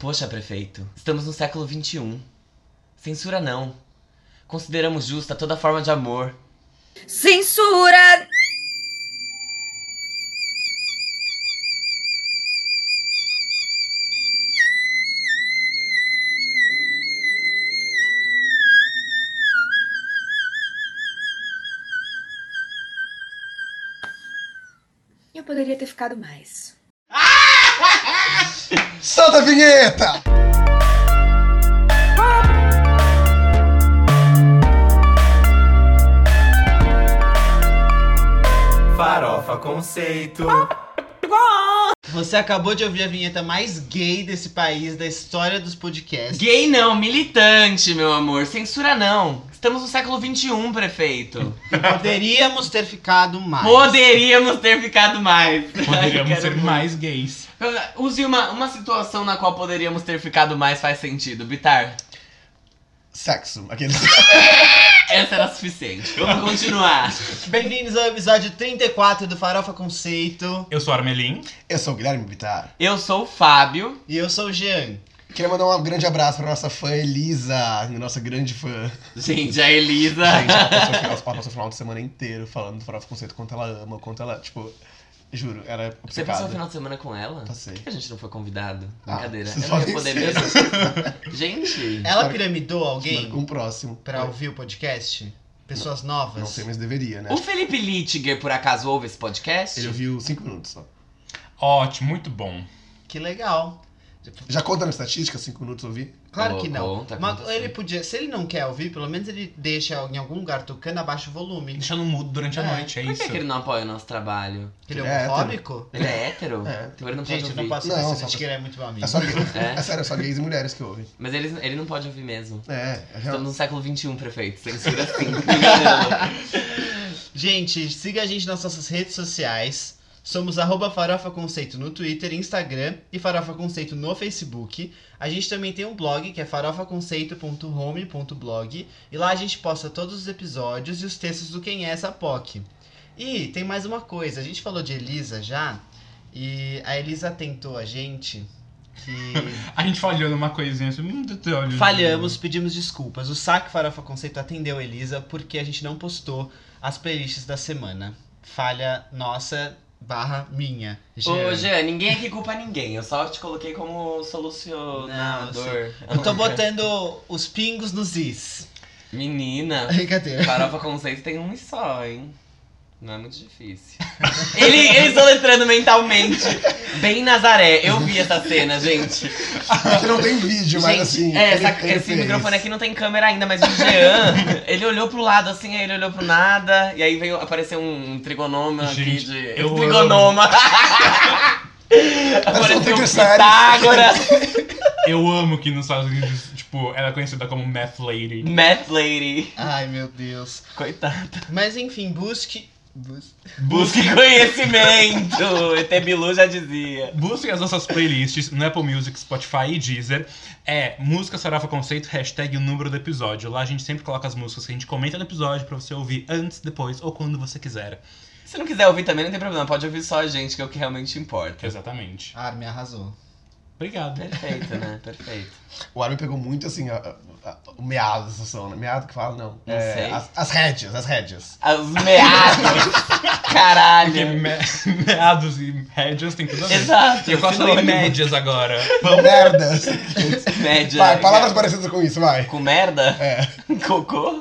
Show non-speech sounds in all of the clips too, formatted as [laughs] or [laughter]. Poxa, prefeito, estamos no século XXI. Censura não. Consideramos justa toda forma de amor. Censura! Eu poderia ter ficado mais. Solta a vinheta! Farofa Conceito. Você acabou de ouvir a vinheta mais gay desse país, da história dos [laughs] podcasts. Gay não, militante, meu amor. Censura não. Estamos no século XXI, prefeito. Poderíamos ter ficado mais. Poderíamos ter ficado mais. [laughs] Poderíamos Quero ser muito. mais gays. Use uma, uma situação na qual poderíamos ter ficado mais faz sentido, Bitar. Sexo. Aquele... Essa era suficiente. Vamos continuar. Bem-vindos ao episódio 34 do Farofa Conceito. Eu sou Armelin. Eu sou o Guilherme Bittar. Eu sou o Fábio. E eu sou o Jean. Queria mandar um grande abraço pra nossa fã Elisa, nossa grande fã. Gente, a Elisa. Gente, ela passou, o final- ela passou o final de semana inteiro falando do Farofa Conceito, quanto ela ama, quanto ela, tipo, juro, ela é Você passou o obcecada. final de semana com ela? Passei. Por que a gente não foi convidado? Ah, [laughs] Brincadeira. vocês Eu não ia podem poder ser. mesmo. [laughs] Gente. Ela piramidou alguém Marcou um próximo. pra ouvir o podcast? Pessoas novas? Não sei, mas deveria, né? O Felipe Littiger, por acaso, ouve esse podcast? Ele ouviu cinco minutos só. Ótimo, muito bom. Que legal. Já conta na estatística, cinco minutos ouvir? Claro que Ô, não. conta, Mas conta ele sim. podia, se ele não quer ouvir, pelo menos ele deixa em algum lugar tocando abaixo o volume. Deixa no mudo durante a É. noite, é Por isso. que, que ele não apoia o nosso trabalho? Ele Ele é é hétero. homofóbico? Ele é [laughs] hétero? É. Então ele não pode Gente, eu ouvir. não posso Não, não, só- que ele é muito meu amigo. É só, É? é sério, é só gays e mulheres que ouvem. Mas ele, ele não pode ouvir mesmo. É, é real. Estamos no século XXI, prefeito. Censura [laughs] sim. Gente, siga a gente nas nossas redes sociais. Somos arroba Farofa Conceito no Twitter, Instagram e Farofa Conceito no Facebook. A gente também tem um blog que é farofaconceito.home.blog e lá a gente posta todos os episódios e os textos do Quem é essa POC. E tem mais uma coisa, a gente falou de Elisa já e a Elisa tentou a gente que A gente falhou numa coisinha assim. hum, teu olho. Falhamos, pedimos desculpas. O Saque Farofa Conceito atendeu Elisa porque a gente não postou as playlists da semana. Falha nossa barra minha. Ô, Jean. Jean, ninguém aqui culpa ninguém. Eu só te coloquei como solucionador. Eu tô botando os pingos nos is. Menina, Brincadeira. farofa conceito tem um só, hein? Não é muito difícil. [laughs] ele, ele soletrando mentalmente. Bem Nazaré. Eu vi essa cena, gente. A gente [laughs] não tem vídeo, mas Gente, assim. é, ele- essa- ele esse fez. microfone aqui não tem câmera ainda, mas o Jean, [laughs] ele olhou pro lado assim, aí ele olhou pro nada, e aí veio aparecer um, um trigonoma aqui Gente, de. eu um trigonoma! Parece um apareceu um Trigosário. Pitágoras! Eu amo que nos Estados Unidos, tipo, ela é conhecida como Math Lady. Math Lady. Ai, meu Deus. Coitada. Mas enfim, busque. bus- Busque conhecimento! ET Bilu já dizia. Busquem as nossas playlists no Apple Music, Spotify e Deezer. É música Sarofa Conceito, hashtag o número do episódio. Lá a gente sempre coloca as músicas que a gente comenta no episódio pra você ouvir antes, depois ou quando você quiser. Se não quiser ouvir também, não tem problema, pode ouvir só a gente, que é o que realmente importa. Exatamente. Ah, me arrasou. Obrigado. Perfeito, né? Perfeito. O Armin pegou muito assim, a, a, a, o meado da situação, né? Meado que fala, não. Não É, sei. As, as rédeas, as rédeas. Ah, Os meados! Caralho! Porque é me- meados e médias tem tudo a ver. Exato! é Eu gosto de sinônimo. médias agora. Merdas. [laughs] Média. é. é. Vai, palavras parecidas com isso, vai. Com merda? É. [laughs] Cocô?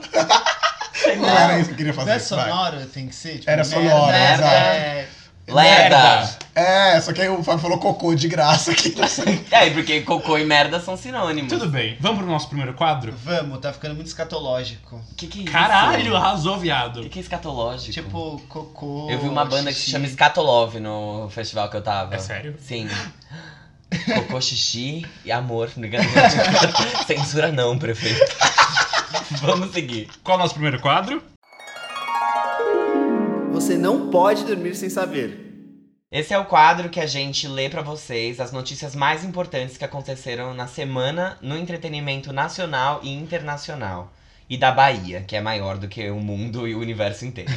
Não era isso que eu queria Não é fazer. vai. sonoro, tem que ser? Tipo, Era merda, sonoro, merda, exato. é- Lerda! É, só que aí o Fábio falou cocô de graça [laughs] aqui. Não sei. É, porque cocô e merda são sinônimos. Tudo bem, vamos pro nosso primeiro quadro? Vamos, tá ficando muito escatológico. Que que é isso? Caralho, arrasou, Que viado. que é escatológico? Tipo, cocô. eu vi uma banda que se xixi. chama Escatolove no festival que eu tava. É sério? Sim. Cocô, xixi e amor. [laughs] Obrigado. gente. Censura não, prefeito. [laughs] Vamos seguir. Qual é o nosso primeiro quadro? Você não pode dormir sem saber. Esse é o quadro que a gente lê pra vocês as notícias mais importantes que aconteceram na semana no entretenimento nacional e internacional. E da Bahia, que é maior do que o mundo e o universo inteiro.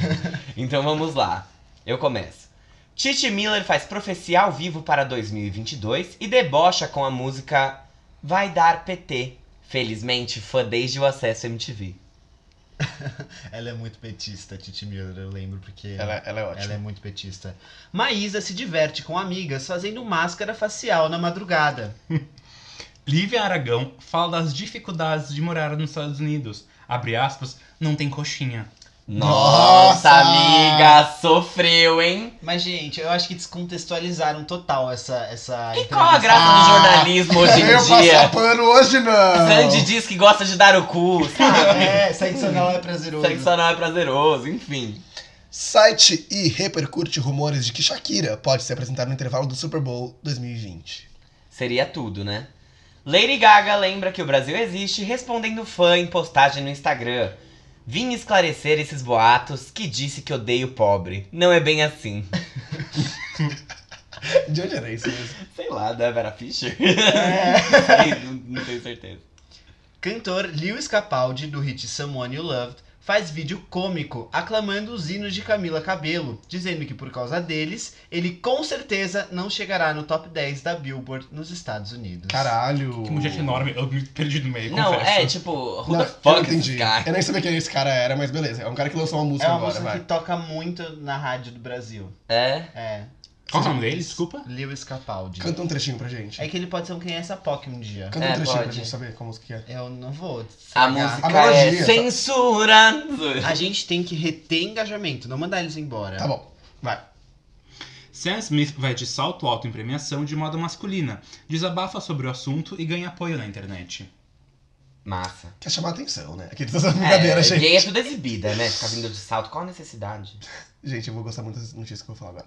então vamos lá. Eu começo. Titi Miller faz profecia ao vivo para 2022 e debocha com a música Vai dar PT. Felizmente, fã desde o acesso MTV. Ela é muito petista, Titi Miller, eu lembro, porque Ela, ela é ótima. ela é muito petista. Maísa se diverte com amigas fazendo máscara facial na madrugada. Lívia Aragão fala das dificuldades de morar nos Estados Unidos. Abre aspas, não tem coxinha. Nossa, Nossa! amiga, sofreu, hein? Mas, gente, eu acho que descontextualizaram total essa. essa E qual a entrevista. graça do jornalismo hoje [laughs] Eu em dia? passar pano Tá hoje não! Sandy diz que gosta de dar o cu, sabe? É, sensacional é prazeroso. Sexual é prazeroso, enfim. Site e repercute rumores de que Shakira pode se apresentar no intervalo do Super Bowl 2020. Seria tudo, né? Lady Gaga lembra que o Brasil existe respondendo fã em postagem no Instagram. Vim esclarecer esses boatos que disse que odeio pobre. Não é bem assim. De onde era isso mesmo? Sei lá, da Vera [laughs] Fischer? Sei, não, não tenho certeza. É. Cantor Lewis Capaldi, do hit Someone You Loved, faz vídeo cômico aclamando os hinos de Camila Cabello, dizendo que por causa deles, ele com certeza não chegará no top 10 da Billboard nos Estados Unidos. Caralho. Que mulher enorme, eu me perdi no meio, Não, confesso. é tipo, who Não, the eu não fuck is entendi. this guy? Eu nem sabia quem esse cara era, mas beleza. É um cara que lançou uma música É uma agora, música vai. que toca muito na rádio do Brasil. É. É, Qual que é o nome dele? Desculpa. Lewis Capaldi. Canta um trechinho pra gente. É que ele pode ser um quem é essa POC um dia. Canta É, um trechinho pra pode. gente saber qual música que é. Eu não vou. A estragar. música é melodia, tá? censura. A gente tem que reter engajamento, não mandar eles embora. Tá bom, vai. Sam Smith vai de salto alto em premiação de moda masculina, desabafa sobre o assunto e ganha apoio na internet. Massa. Quer chamar atenção, né? Aqueles dessas brincadeiras, é, gente. gay é tudo exibida, né? Ficar vindo de salto. Qual a necessidade? Gente, eu vou gostar muito dessas notícias que eu vou falar agora.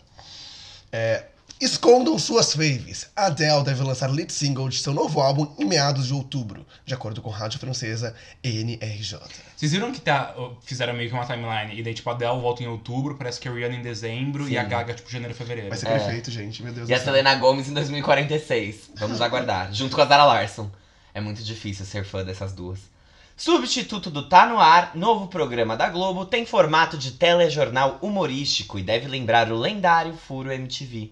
É, Escondam suas faves. Adele deve lançar lead single de seu novo álbum em meados de outubro, de acordo com a rádio francesa NRJ. Vocês viram que tá, fizeram meio que uma timeline e daí tipo a Adele volta em outubro, parece que a Rihanna em dezembro e a Gaga tipo janeiro, fevereiro. Vai ser É. perfeito, gente. Meu Deus E a assim. do céu. Selena Gomes em 2046. Vamos [laughs] aguardar. Junto com a Zara Larson. É muito difícil ser fã dessas duas. Substituto do Tá No Ar, novo programa da Globo, tem formato de telejornal humorístico e deve lembrar o lendário Furo MTV.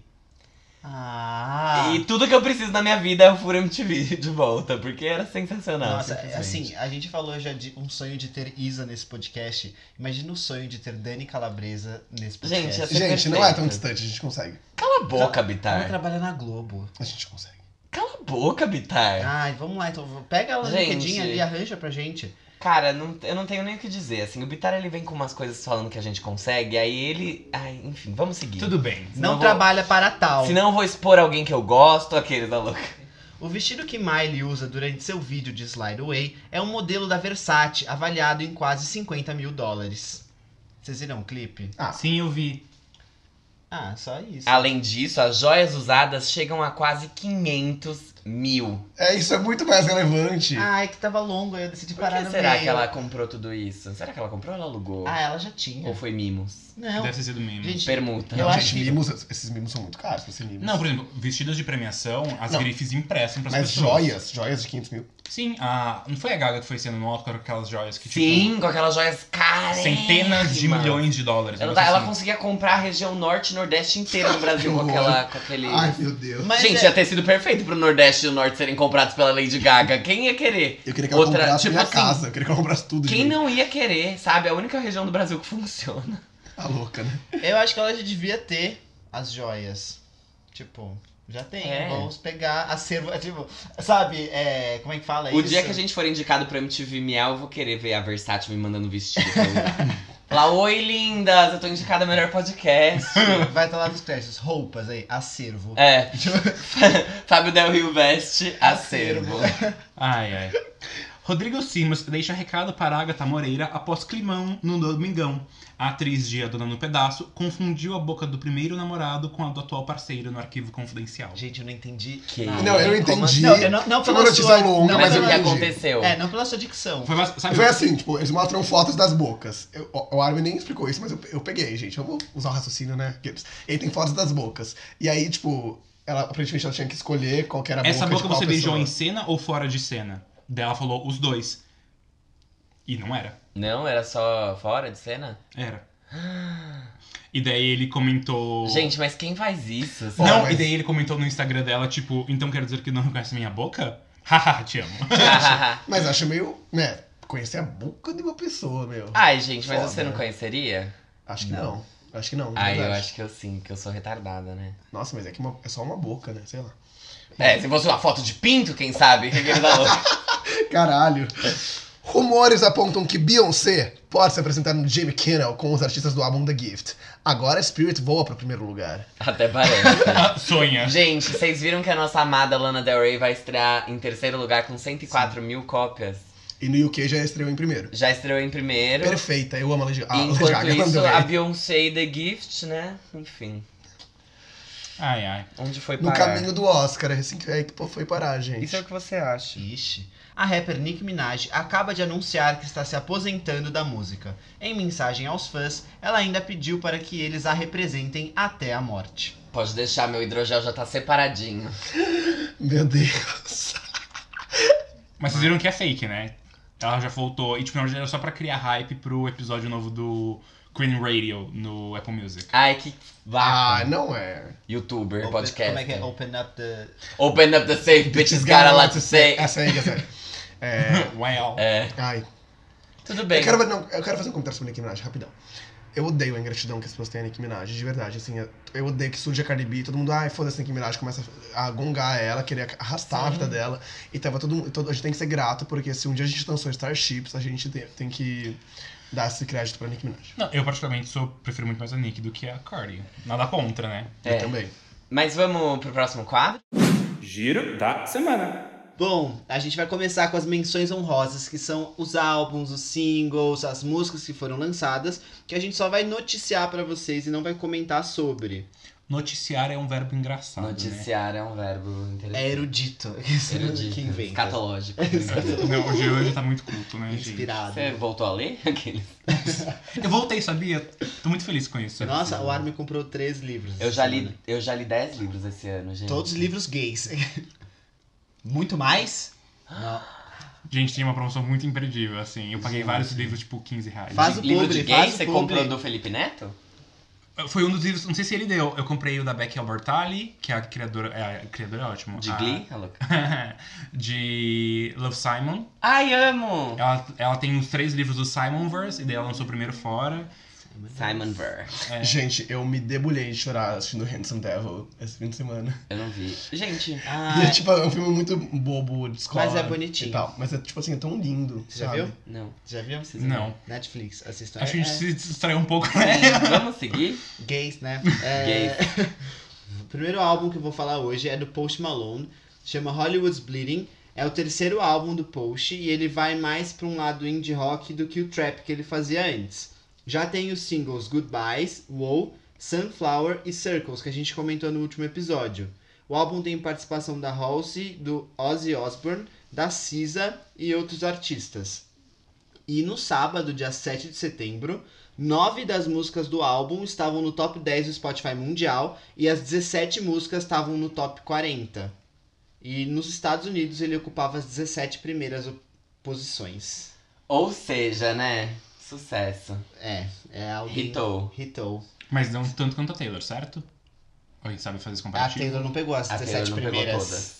Ah. E tudo que eu preciso na minha vida é o Furo MTV [laughs] de volta, porque era sensacional. Nossa, simplesmente. assim, a gente falou já de um sonho de ter Isa nesse podcast. Imagina o sonho de ter Dani Calabresa nesse podcast. Gente, Gente, ser tá. não é tão perfeito. distante, a gente consegue. Cala a boca, ela Bitar. trabalha na Globo. A gente consegue. Cala a boca, Bitar. Ai, vamos lá, então. Pega ela no É. Gente. LinkedIn ali e arranja pra gente. Cara, não- eu não tenho nem o que dizer. Assim, o Bitar ele vem com umas coisas falando que a gente consegue, aí ele. Ai, enfim, vamos seguir. É, Tudo bem. Senão Não eu vou- trabalha para tal. Se não, eu vou expor alguém que eu gosto, aquele da louca. O vestido que Miley usa durante seu vídeo de Slide Away é um modelo da Versace, avaliado em quase 50 mil dólares. Vocês viram o clipe? Sim, eu vi. Ah, só isso. Além disso, as joias usadas chegam a quase 500 mil. É, isso é muito mais relevante. Ah, é que tava longo, aí eu decidi Por parar que no será meio. que ela comprou tudo isso? Será que ela comprou ou ela alugou? Ah, ela já tinha. Ou foi mimos? Não, Deve ter sido meme. gente, Permuta. eu não, acho gente, que- mimos, esses mimos são muito caros pra ser mimos. Não, por exemplo, vestidos de premiação, as Não. grifes impressam pras Mas pessoas. joias, joias de 500 mil. Sim, a... não foi a Gaga que foi sendo no Oscar com aquelas joias que, Sim, com aquelas joias tipo, caras. centenas de milhões de dólares. Ela, um tá- negócio ela assim. conseguia comprar a região norte e nordeste inteira do [laughs] Brasil com, Que aquela, com aquele. Ai, meu Deus. Mas Gente, é- ia ter sido perfeito pro Nordeste e o Norte serem comprados pela Lady Gaga. Quem ia querer? Eu queria que ela Outra- comprasse tipo minha assim, casa, eu queria que ela comprasse tudo. de Quem mim. não ia querer, sabe? É a única região do Brasil que funciona. Tá louca, né? Eu acho que ela já devia ter as joias. Tipo, já tem. É. Vamos pegar acervo. é, Tipo, sabe, é, como é que fala O isso? dia que a gente for indicado pro MTV Miau, eu vou querer ver a Versátil me mandando vestido. pra eu- [laughs] Lá, oi lindas, eu tô indicada ao melhor podcast. Vai estar lá nos créditos. Roupas aí, acervo. É. [laughs] Fábio Del Rio veste acervo. Ai, ai. [laughs] Rodrigo Simas deixa recado para Agatha Moreira após climão no Domingão. A atriz de A Dona no Pedaço confundiu a boca do primeiro namorado com a do atual parceiro no É. arquivo confidencial. Gente, eu não entendi. Que- nada. Não, eu Como entendi. assim? Não, eu não, não Foi pela uma notícia sua. longa, não, Mas o pela, que entendi. aconteceu? É, não pela sua dicção. Foi mais, sabe, Foi assim, tipo, eles mostram fotos das bocas. Eu- o o Armin nem explicou isso, mas eu, eu peguei, gente. Vamos usar o raciocínio, né? Aqueles. Ele tem fotos das bocas. E aí, tipo, ela aparentemente ela tinha que escolher qual que era a essa boca. boca de qual você beijou pessoa. em cena ou fora de cena? Daí ela falou os dois. E não era. Não, era só fora de cena? Era. E daí ele comentou. Gente, mas quem faz isso? Não, mas- e daí ele comentou no Instagram dela, tipo, então quer dizer que não reconhece minha boca? [laughs] Haha, te amo. Mas acho meio, né, conhecer a boca de uma pessoa, meu. [laughs] Ai, gente, mas você Foda. não conheceria? Acho que não. Acho que não. de Ai, Ah, eu verdade. acho que eu sim, que eu sou retardada, né? Nossa, mas é que uma- é só uma boca, né? Sei lá. É, se fosse uma foto de pinto, quem sabe? Ele tá louco. Caralho. É. Rumores apontam que Beyoncé pode se apresentar no Jimmy Kimmel com os artistas do álbum The Gift. Agora Spirit voa para o primeiro lugar. [laughs] Até parece. Sonha. Gente, vocês viram que a nossa amada Lana Del Rey vai estrear em terceiro lugar com 104 mil cópias? E no UK já estreou em primeiro. Já estreou em primeiro. Perfeita, eu amo a Lady Ah, a E Lady enquanto Gaga. isso, também. a Beyoncé e The Gift, né? Enfim, Ai, ai. onde foi No parar? caminho do Oscar, assim que é que foi parar, gente. Isso é o que você acha. Ixi. A rapper Nicki Minaj acaba de anunciar que está se aposentando da música. Em mensagem aos fãs, ela ainda pediu para que eles a representem até a morte. Pode deixar, meu hidrogel já tá separadinho. Meu Deus. Mas vocês viram que é fake, né? Ela já voltou. E, tipo, na verdade era só pra criar hype pro episódio novo do Queen Radio no Apple Music. Ai, que Ah, vaca. não é. Youtuber, Open- podcast. Como é que né? é? Open up the... Open up the safe, bitches got a é lot to é say. Essa aí, essa aí. É, Well. É, [laughs] ai. tudo Eu bem. quero, não, eu quero fazer um comentário sobre Nicki Minaj, rapidão. Eu odeio a ingratidão que as pessoas têm a Nicki Minaj, de verdade. Assim, eu odeio que surge a Cardi B, todo mundo, ai, foda-se Nicki Minaj, começa a gongar ela, querer arrastar a vida dela. E tava todo mundo. todo- A gente tem que ser grato, porque se um dia a gente lançou Starships, a gente tem, tem que dar esse crédito pra Nicki Minaj. Não, eu particularmente sou, prefiro muito mais a Nick do que a Cardi. Nada contra, né? É. Eu também. Mas vamos pro próximo quadro? Giro da semana. Bom, a gente vai começar com as menções honrosas, que são os álbuns, os singles, as músicas que foram lançadas, que a gente só vai noticiar pra vocês e não vai comentar sobre. Noticiar é um verbo engraçado, né? Noticiar é um verbo É interessante. erudito. [laughs] Erudito. Quem vem? né? [laughs] Escatológico. Não, o Gil hoje tá muito culto, né, gente? Inspirado. Você voltou a ler? [laughs] Aqueles. Eu voltei, sabia? Tô muito feliz com isso. Nossa, o Armin comprou três livros. Eu essa já semana. li, eu já li 10 livros esse ano, gente. Todos livros gays. [laughs] Muito mais? Gente, tinha uma promoção muito imperdível, assim. Eu paguei vários livros, tipo, 15 reais. Faz o Livro publi, de gay faz o você publi. comprou do Felipe Neto? Foi um dos livros, não sei se ele deu. Eu comprei o da Becky Albertalli, que é a criadora. É, a criadora é ótimo. De Ah. A- Glee? Tá louca? [laughs] de Love Simon. Ai, amo! Ela, ela tem os três livros do Simonverse, e daí ela lançou o primeiro fora. Simon Burr. É. Gente, eu me debulhei de chorar assistindo Handsome Devil esse fim de semana. Eu não vi. Gente, Ah, E é tipo, é um filme muito bobo de escola. Mas é E bonitinho. tal. Mas é tipo assim, é tão lindo. Você já sabe? viu? não. já viu? Vocês Não. viram? Netflix, tá. assistam. Acho que a gente É- se distraiu um pouco, [laughs] né? Sim, Vamos seguir? é Gays, [laughs] né? É... O primeiro álbum que eu vou falar hoje é do Post Malone, chama Hollywood's Bleeding. É o terceiro álbum do Post e ele vai mais pra um lado indie rock do que o trap que ele fazia antes. Já tem os singles Goodbyes, Wow, Sunflower e Circles, que a gente comentou no último episódio. O álbum tem participação da Halsey, do Ozzy Osbourne, da SZA e outros artistas. E no sábado, dia 7 de setembro, nove das músicas do álbum estavam no top 10 do Spotify mundial e as 17 músicas estavam no top 40. E nos Estados Unidos ele ocupava as 17 primeiras o- posições. Ou seja, né? Sucesso. É, é alguém... Hitou. Hitou. Mas não tanto quanto a Taylor, certo? Alguém sabe fazer esse Ah, A comparativo? Taylor não pegou as A 17 Ah, Taylor não pegou primeiras. todas.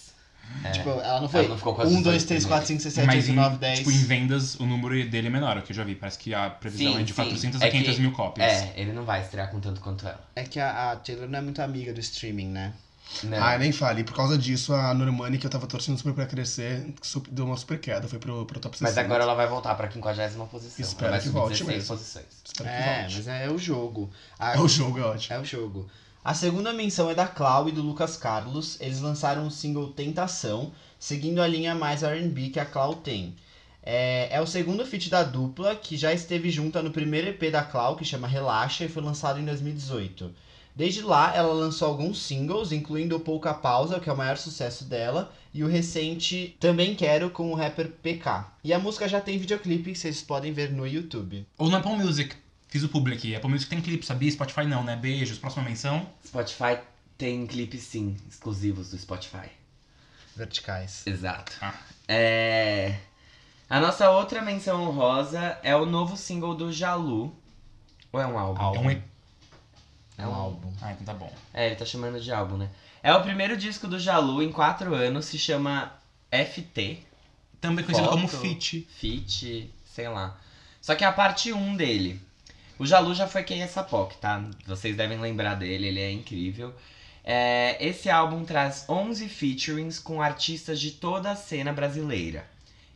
É. Tipo, ela Ela não foi não ficou com as 1, 2, 18 3, 4, 5, 6, 7, Mas 8, em, 9, 10. tipo, em vendas, o número dele é menor, que eu já vi. Parece que a previsão Sim, é de sim. 400 É a 500 que- mil cópias. É, ele não vai estrear com tanto quanto ela. É que a, a Taylor não é muito amiga do streaming, né? Não. Ah, nem fale. Por causa disso, a Normani, que eu tava torcendo super pra crescer, su- deu uma super queda. Foi pro, pro top 60. Mas agora ela vai voltar pra 50 posição. ela Espero vai que subir volte 16 mesmo. posições. Espero que É, volte. mas é, é o jogo. A- É [laughs] o jogo, é ótimo. É o jogo. A segunda menção é da Clau e do Lucas Carlos. Eles lançaram o single Tentação, seguindo a linha mais R&B que a Clau tem. É, é o segundo feat da dupla, que já esteve junta no primeiro EP da Clau, que chama Relaxa, e foi lançado em 2018. Desde lá, ela lançou alguns singles, incluindo o Pouca Pausa, que é o maior sucesso dela, e o recente Também Quero, com o rapper PK. E a música já tem videoclipe, que vocês podem ver no YouTube. Ou na Apple Music. Fiz o public aqui. Apple Music tem clipe, sabia? Spotify não, né? Beijos. Próxima menção. Spotify tem clipes, sim, exclusivos do Spotify. Verticais. Exato. Ah. É. A nossa outra menção honrosa é o novo single do Jalu. Ou é um álbum? É um... e- É um álbum. Ah, então tá bom. É, ele tá chamando de álbum, né? É o primeiro disco do Jalu em quatro anos, se chama FT, Também conhecido como Foto. Fit. Fit, sei lá. Só que é a parte 1 dele. O Jalu já foi quem é essa POC, tá? Vocês devem lembrar dele, ele é incrível. É, esse álbum traz 11 featurings com artistas de toda a cena brasileira.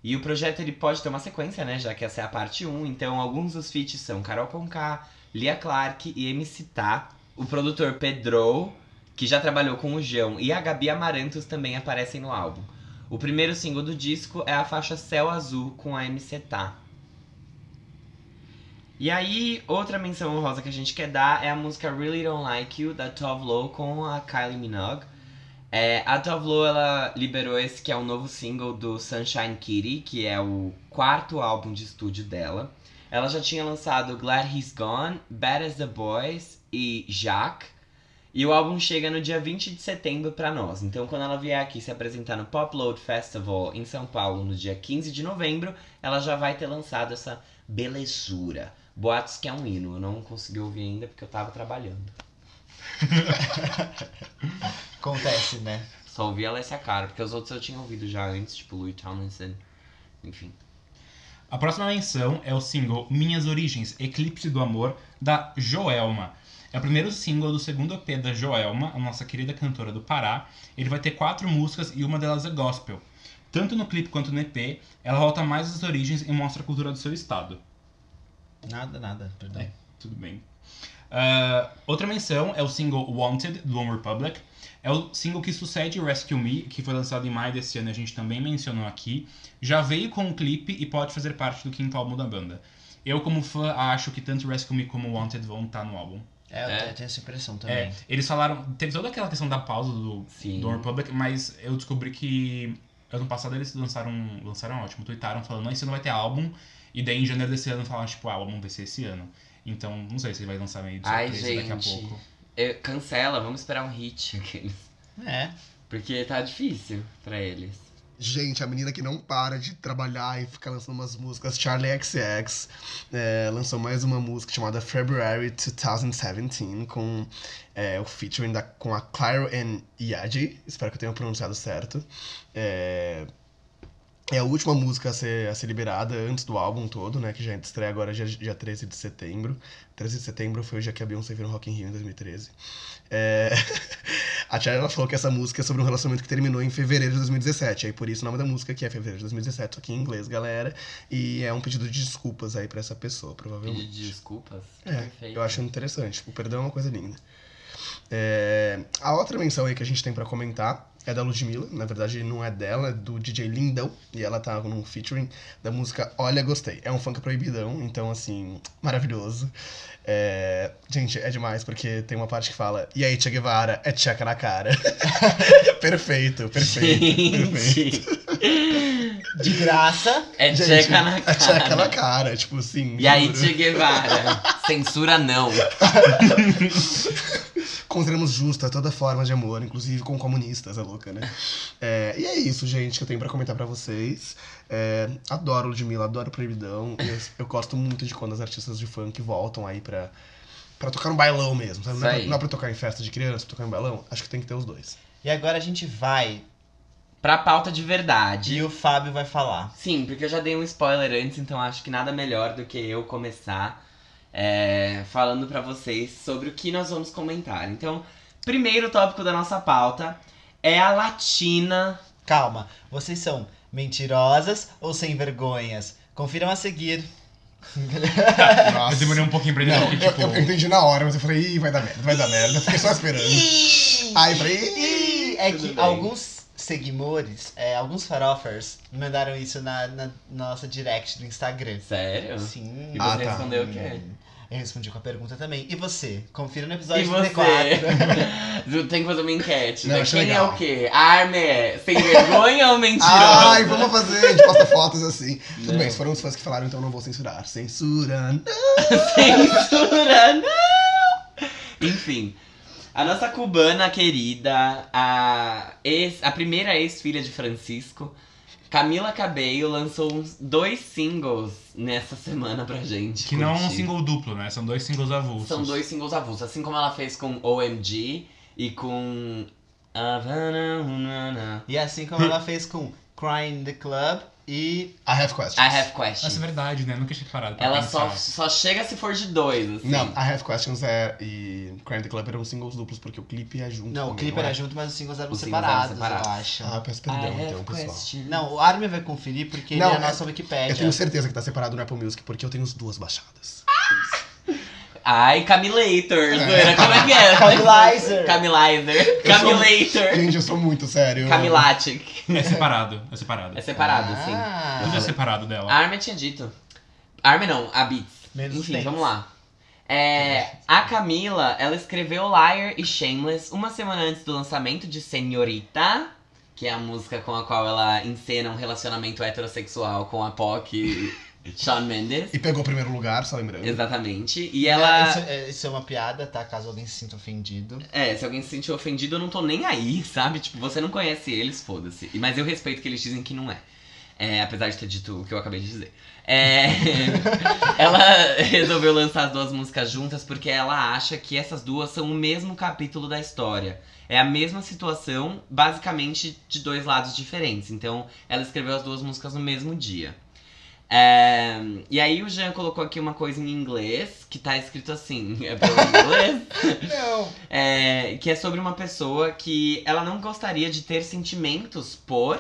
E o projeto ele pode ter uma sequência, né? Já que essa é a parte 1. Então, alguns dos feats são Carol Conká, Lia Clark e MC Tá. O produtor Pedro, que já trabalhou com o João, e a Gabi Amarantos também aparecem no álbum. O primeiro single do disco é a faixa Céu Azul com a MC Tá. E aí, outra menção honrosa que a gente quer dar é a música Really Don't Like You da Tove Lo com a Kylie Minogue. É, a Tove Lo, ela liberou esse que é o novo single do Sunshine Kitty, que é o quarto álbum de estúdio dela. Ela já tinha lançado Glad He's Gone, Bad as the Boys e Jack. E o álbum chega no dia 20 de setembro pra nós. Então, quando ela vier aqui se apresentar no Pop Load Festival em São Paulo no dia 15 de novembro, ela já vai ter lançado essa belezura. Boatos que é um hino. Eu não consegui ouvir ainda porque eu tava trabalhando. Acontece, né? Só ouvi ela essa cara, porque os outros eu tinha ouvido já antes, tipo Louis Tomlinson. Enfim. A próxima menção é o single Minhas Origens, Eclipse do Amor, da Joelma. É o primeiro single do segundo EP da Joelma, a nossa querida cantora do Pará. Ele vai ter quatro músicas e uma delas é gospel. Tanto no clipe quanto no EP, ela volta mais às origens e mostra a cultura do seu estado. Nada, nada, perdão. É. Tudo bem. Ah, outra menção é o single Wanted, do One Republic. É o single que sucede Rescue Me, que foi lançado em maio desse ano, a gente também mencionou aqui. Já veio com o clipe e pode fazer parte do quinto álbum da banda. Eu, como fã, acho que tanto Rescue Me como Wanted vão estar no álbum. É, eu É. tenho- tenho essa impressão também. É, eles falaram. Teve toda aquela questão da pausa do, Sim. do One Republic, mas eu descobri que ano passado eles lançaram. Lançaram ótimo, tweetaram falando, "Ah, não, esse ano vai ter álbum. E daí em janeiro desse ano falaram, tipo, ah, o álbum vai ser esse ano. Então, não sei se vai lançar meio de Ai, surpresa daqui a gente. pouco. Eh, cancela, vamos esperar um hit. aqueles. É. Porque tá difícil pra eles. Gente, a menina que não para de trabalhar e fica lançando umas músicas, Charlie XX, é, lançou mais uma música chamada February 2017, com é, o featuring da, com a Clairo and Yadi, espero que eu tenha pronunciado certo. É, é a última música a ser, a ser liberada antes do álbum todo, né, que já estreia agora dia, dia 13 de setembro. 13 de setembro foi o dia que a Beyoncé veio no Rock in Rio em 2013. É, [laughs] A Cher ela falou que essa música é sobre um relacionamento que terminou em fevereiro de 2017. Aí por isso o nome da música que é fevereiro de 2017, só que em inglês, galera. E é um pedido de desculpas aí pra essa pessoa, Pedir provavelmente. desculpas? É, Perfeito. eu acho interessante. O perdão é uma coisa linda. É, a outra menção aí que a gente tem pra comentar é da Ludmilla. Na verdade, não é dela, é do DJ Lindão. E ela tá num featuring da música Olha Gostei. É um funk proibidão, então, assim, maravilhoso. É, gente, é demais, porque tem uma parte que fala E aí, Che Guevara, é tcheca na cara. [laughs] perfeito, é perfeito, perfeito. De graça. É [laughs] Gente, tcheca na É cara. tcheca na cara, tipo assim. E aí, juro. Che Guevara? [laughs] Censura não. Consideramos justa toda forma de amor, inclusive com comunistas, é louca, [laughs] né? É, e é isso, gente, que eu tenho pra comentar pra vocês. É, adoro Ludmilla, adoro [laughs] Proibidão. E Eu, eu gosto muito de quando as artistas de funk voltam aí pra, pra tocar no bailão mesmo, sabe? Isso Não é, aí. pra, não é pra tocar em festa de criança, pra tocar em bailão. Acho que tem que ter [laughs] os dois. E agora a gente vai Pra pauta de verdade. e o Fábio vai falar. Sim, porque eu já dei um spoiler antes, então acho que nada melhor do que eu começar é, falando pra vocês sobre o que nós vamos comentar. Então, primeiro tópico da nossa pauta é a Latina. Calma, vocês são mentirosas ou sem vergonhas? Confiram a seguir. Eu demorei um pouquinho pra entender, Não, porque, eu, tipo, eu entendi na hora, mas eu falei, ih, vai dar merda, vai dar merda. Eu fiquei só esperando. Aí eu falei, ih. Ih, é Tudo que bem. alguns seguimores, é, alguns farofers, mandaram isso na, na nossa direct do Instagram. Sério? Sim. E você Ah, tá. respondeu o quê? Eu respondi com a pergunta também. E você? Confira no E episódio você? [laughs] [laughs] 34. Tem que fazer uma enquete, Não, né? acho Quem legal. é o quê? Arme é sem vergonha ou mentirosa? Ai, vamos fazer, a gente posta fotos assim. Tudo Não. bem, foram os fãs que falaram, então não vou censurar. Censura, Censura, não! Enfim, a nossa cubana querida, a, ex, a primeira ex-filha de Francisco, Camila Cabello, lançou uns dois singles nessa semana pra gente. que não é um curtir. single duplo, né? São dois singles avulsos. São dois singles avulsos, assim como ela fez com OMG e com. Havana, Havana. e assim como ela fez com Crying in the Club e. I have questions. I have question. Nossa, é verdade, né? Nunca tinha parado pra Ela pensar. só, só chega se for de dois, assim. Não, I Have Questions é, e Crime the Club eram singles duplos, porque o clipe é junto. Não, o também, clipe não era é? junto, mas os singles eram Os singles eram separados, separados. eu acho. Ah, peço I perdão, have então, pessoal. question. Não, o Armin vai conferir porque Não, ele é é- a nossa Eu Wikipédia. tenho certeza que tá separado no Apple Music, porque eu tenho as duas baixadas. Ai, Camilator. zoeira, Como é que é? Camilizer. Camilizer. Camilator. Gente, eu sou muito sério. Camilatic. É separado, é separado. É separado, sim. ah, Tudo é separado dela. A Armin tinha dito. Armin não, a Beats. Menos Enfim, tênis. vamos lá. É, a Camila, ela escreveu Liar e Shameless uma semana antes do lançamento de Senhorita, que é a música com a qual ela encena um relacionamento heterossexual com a POC e Shawn Mendes. [laughs] E pegou o primeiro lugar, só lembrando. Exatamente. E Isso, ela. é, isso é uma piada, tá? Caso alguém se sinta ofendido. É, se alguém se sentiu ofendido, eu não tô nem aí, sabe? Tipo, você não conhece eles, foda-se. E- Mas eu respeito que eles dizem que não é. É, apesar de ter dito o que eu acabei de dizer. É, [laughs] ela resolveu lançar as duas músicas juntas porque ela acha que essas duas são o mesmo capítulo da história. É a mesma situação, basicamente de dois lados diferentes. Então, ela escreveu as duas músicas no mesmo dia. É, e aí o Jean colocou aqui uma coisa em inglês que tá escrito assim, [laughs] é pelo inglês. Não. É, que é sobre uma pessoa que ela não gostaria de ter sentimentos por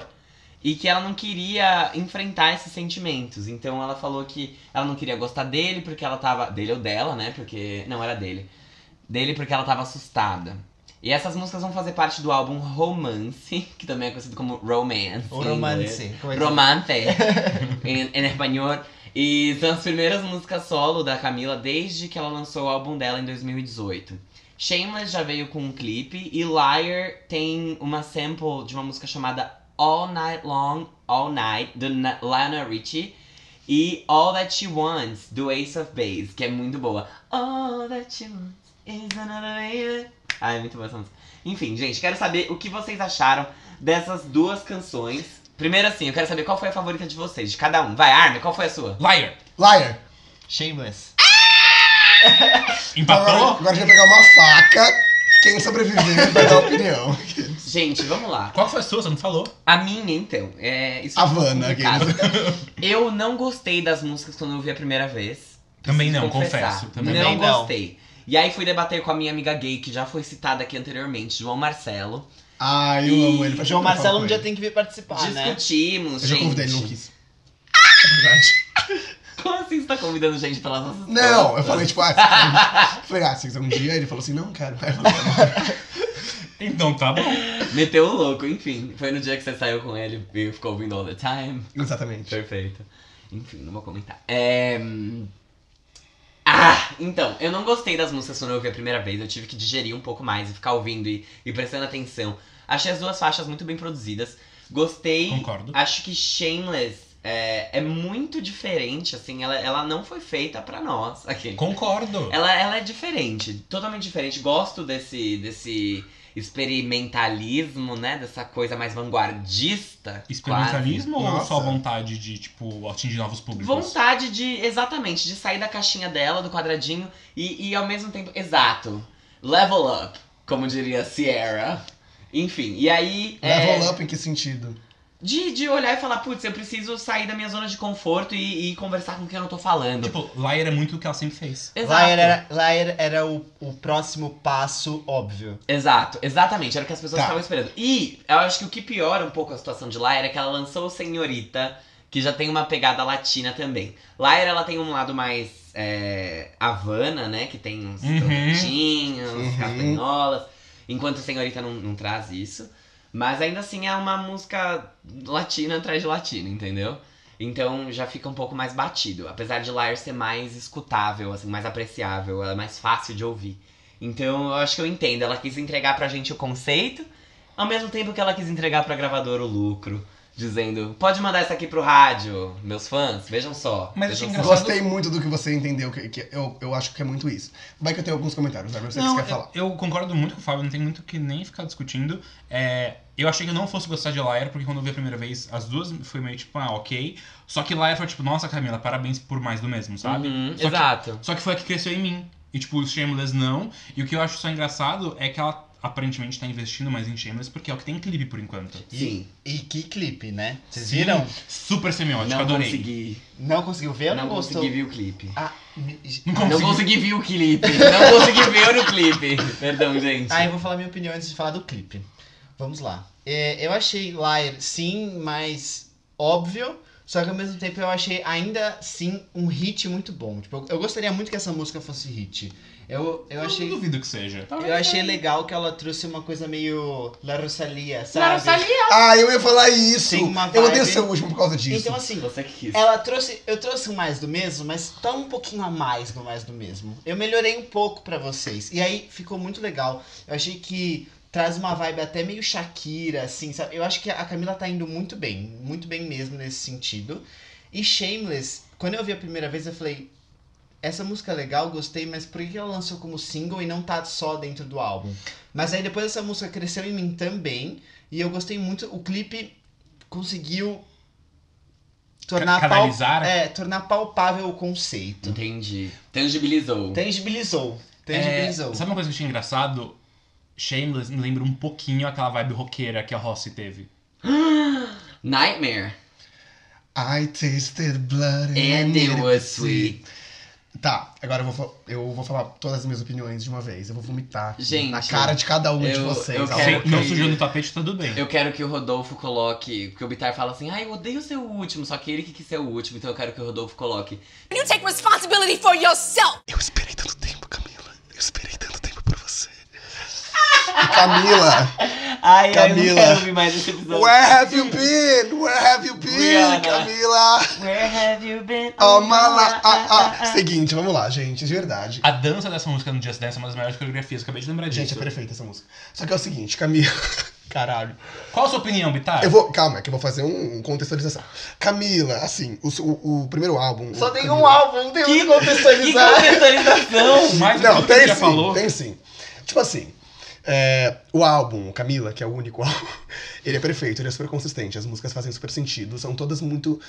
e que ela não queria enfrentar esses sentimentos. Então ela falou que ela não queria gostar dele porque ela tava. Dele ou dela, né? Porque. Não, era dele. Dele porque ela tava assustada. E essas músicas vão fazer parte do álbum Romance, [laughs] que também é conhecido como Romance. Ou em inglês. romance. Como é que é? Romance em, em espanhol. E são as primeiras músicas solo da Camila desde que ela lançou o álbum dela em 2018. Shameless já veio com um clipe e Liar tem uma sample de uma música chamada All Night Long, All Night, do Na- Lana Richie. E All That She Wants, do Ace of Base, que é muito boa. All That She Wants is another way. Ai, muito boa essa música. Enfim, gente, quero saber o que vocês acharam dessas duas canções. Primeiro assim, eu quero saber qual foi a favorita de vocês, de cada um. Vai, Armin, qual foi a sua? Liar! Liar. é? Shameless. Agora, Empatou? agora a gente vai pegar uma faca. Quem sobreviver vai dar opinião. Gente, vamos lá. Qual foi a sua? Você não falou. A minha, então, é... Isso Havana, é complicado. Eu não gostei das músicas quando eu ouvi a primeira vez. Também Preciso não, confessar. confesso. Também não, não. Também não. gostei. E aí fui debater com a minha amiga gay, que já foi citada aqui anteriormente, João Marcelo. Ai, eu E amo ele. Faz tempo João que eu falo Marcelo com um dia ele. tem que vir participar, né? Discutimos, Eu já gente. convidei [laughs] ele, não quis. É verdade. Como assim você tá convidando gente pelas nossas Não, eu costas? falei, tipo, ah, eu falei, ah, se quiser um dia, ele falou assim, não, cara, vai Então tá bom. Meteu o louco, enfim. Foi no dia que você saiu com ele e ficou ouvindo all the time. Exatamente. Perfeito. Enfim, não vou comentar. É... hum. Ah, então, eu não gostei das músicas quando eu ouvi a primeira vez. Eu tive que digerir um pouco mais e ficar ouvindo e, e prestando atenção. Achei as duas faixas muito bem produzidas. Gostei. Concordo. Acho que Shameless é, é muito diferente, assim. Ela, ela não foi feita pra nós. Aqui. Concordo. Ela, ela é diferente, totalmente diferente. Gosto desse, desse experimentalismo, né? Dessa coisa mais vanguardista. Experimentalismo ou Nossa. só vontade de, tipo, atingir novos públicos? Vontade de, exatamente, de sair da caixinha dela, do quadradinho, e, e ao mesmo tempo, exato, level up, como diria Sierra. Enfim, e aí. é, Level up em que sentido? De, de olhar e falar, putz, eu preciso sair da minha zona de conforto e, e conversar com quem eu não tô falando. Tipo, Liar é muito o que ela sempre fez. exato, Liar era, Liar era o, o próximo passo óbvio. exato, exatamente, era o que as pessoas Tá. estavam esperando. E eu acho que o que piora um pouco a situação de Lyra é que ela lançou o Senhorita, que já tem uma pegada latina também. Lyra, ela tem um lado mais. É, Havana, né? Que tem uns Uhum. trompinhos, Uhum. castanholas. Enquanto Senhorita não, não traz isso. Mas ainda assim é uma música latina atrás de latina, entendeu? Então já fica um pouco mais batido. Apesar de Liar ser mais escutável, assim, mais apreciável, ela é mais fácil de ouvir. Então eu acho que eu entendo. Ela quis entregar pra gente o conceito, ao mesmo tempo que ela quis entregar pra gravadora o lucro. Dizendo, pode mandar isso aqui pro rádio, meus fãs, vejam só. Mas vejam achei só." engraçado. Gostei muito do que você entendeu, que, que eu, eu acho que é muito isso. Vai que eu tenho alguns comentários, né? Você que Não, quer eu- falar. Eu, concordo muito com o Fábio, não tem muito o que nem ficar discutindo. É, eu achei que eu não fosse gostar de Liar, porque quando eu vi a primeira vez, as duas foi meio tipo, ah, ok. Só que Liar foi tipo, nossa, Camila, parabéns por mais do mesmo, sabe? [laughs] Uhum, Só que- exato. Só que foi a que cresceu em mim. E tipo, o Shameless não. E o que eu acho só engraçado é que ela aparentemente tá investindo mais em Shameless, porque é o que tem clipe por enquanto. Sim. E que clipe, né? Vocês viram? Super semiótico, não adorei. consegui. Não conseguiu ver ou não, não gostou? consegui ver o clipe. Ah, Não Não consegui. consegui ver o clipe. Não consegui ver o clipe. [laughs] Perdão, gente. Ah, eu vou falar minha opinião antes de falar do clipe. Vamos lá. É, eu achei Liar, sim, mais óbvio. Só que ao mesmo tempo eu achei ainda sim um hit muito bom. Tipo, eu, eu gostaria muito que essa música fosse hit. Eu, eu Eu achei. não duvido que seja. Eu achei legal que ela trouxe uma coisa meio La Rosalia, sabe? La Rosalia! Ah, eu ia falar isso! Tem uma Eu vibe- odeio ser o último por causa disso. Então assim, Você que é quis. ela trouxe, eu trouxe um mais do mesmo, mas tá um pouquinho a mais no mais do mesmo. Eu melhorei um pouco pra vocês. E aí ficou muito legal. Eu achei que traz uma vibe até meio Shakira, assim, sabe? Eu acho que a Camila tá indo muito bem, muito bem mesmo nesse sentido. E Shameless, quando eu vi a primeira vez, eu falei, essa música é legal, gostei, mas por que ela lançou como single e não tá só dentro do álbum? Mas aí depois essa música cresceu em mim também, e eu gostei muito. O clipe conseguiu tornar, Ca- pal- canalizar? é, tornar palpável o conceito. Entendi. Tangibilizou. [gasps] Tangibilizou. É, Tangibilizou. sabe uma coisa que eu achei engraçado? Shameless me lembra um pouquinho aquela vibe roqueira que a Rossi teve. Nightmare. I tasted blood And it was É, sweet. Tá, agora eu vou, fa- eu vou falar todas as minhas opiniões de uma vez. Eu vou vomitar aqui Gente, na cara de cada um de eu- vocês. eu tá quero- bom? Se não ok. sujou no tapete, tá tudo bem. Eu quero que o Rodolfo coloque. Porque o Bitar fala assim: ai, eu odeio ser o último, só que ele que quis ser o último, então eu quero que o Rodolfo coloque. You take responsibility for yourself. Eu esperei tanto tempo, Camila. Eu esperei tanto tempo por você. Camila, Ai, ai, eu não Camila. quero ouvir mais esse episódio. where have you been? Where have you been, Rihanna. Camila? Where have you been? Oh, mala... ah, ah. Seguinte, vamos lá, gente, de verdade. A dança dessa música no Just Dance é uma das melhores coreografias, acabei de lembrar disso. Gente, é perfeita essa música. Só que é o seguinte, Camila. [laughs] Caralho. Qual a sua opinião, Bitar? Eu vou. Calma, que eu vou fazer um, um contextualização. Camila, assim, o, seu- o, o primeiro álbum. Só o tem Camila- um álbum, não tem Que- que contextualizar. [laughs] contextualização! Mais do Não, que você tem já sim, falou. tem sim. Tipo assim, é, o álbum, Camila, que é o único [laughs] álbum, ele é perfeito, ele é super consistente, as músicas fazem super sentido, são todas muito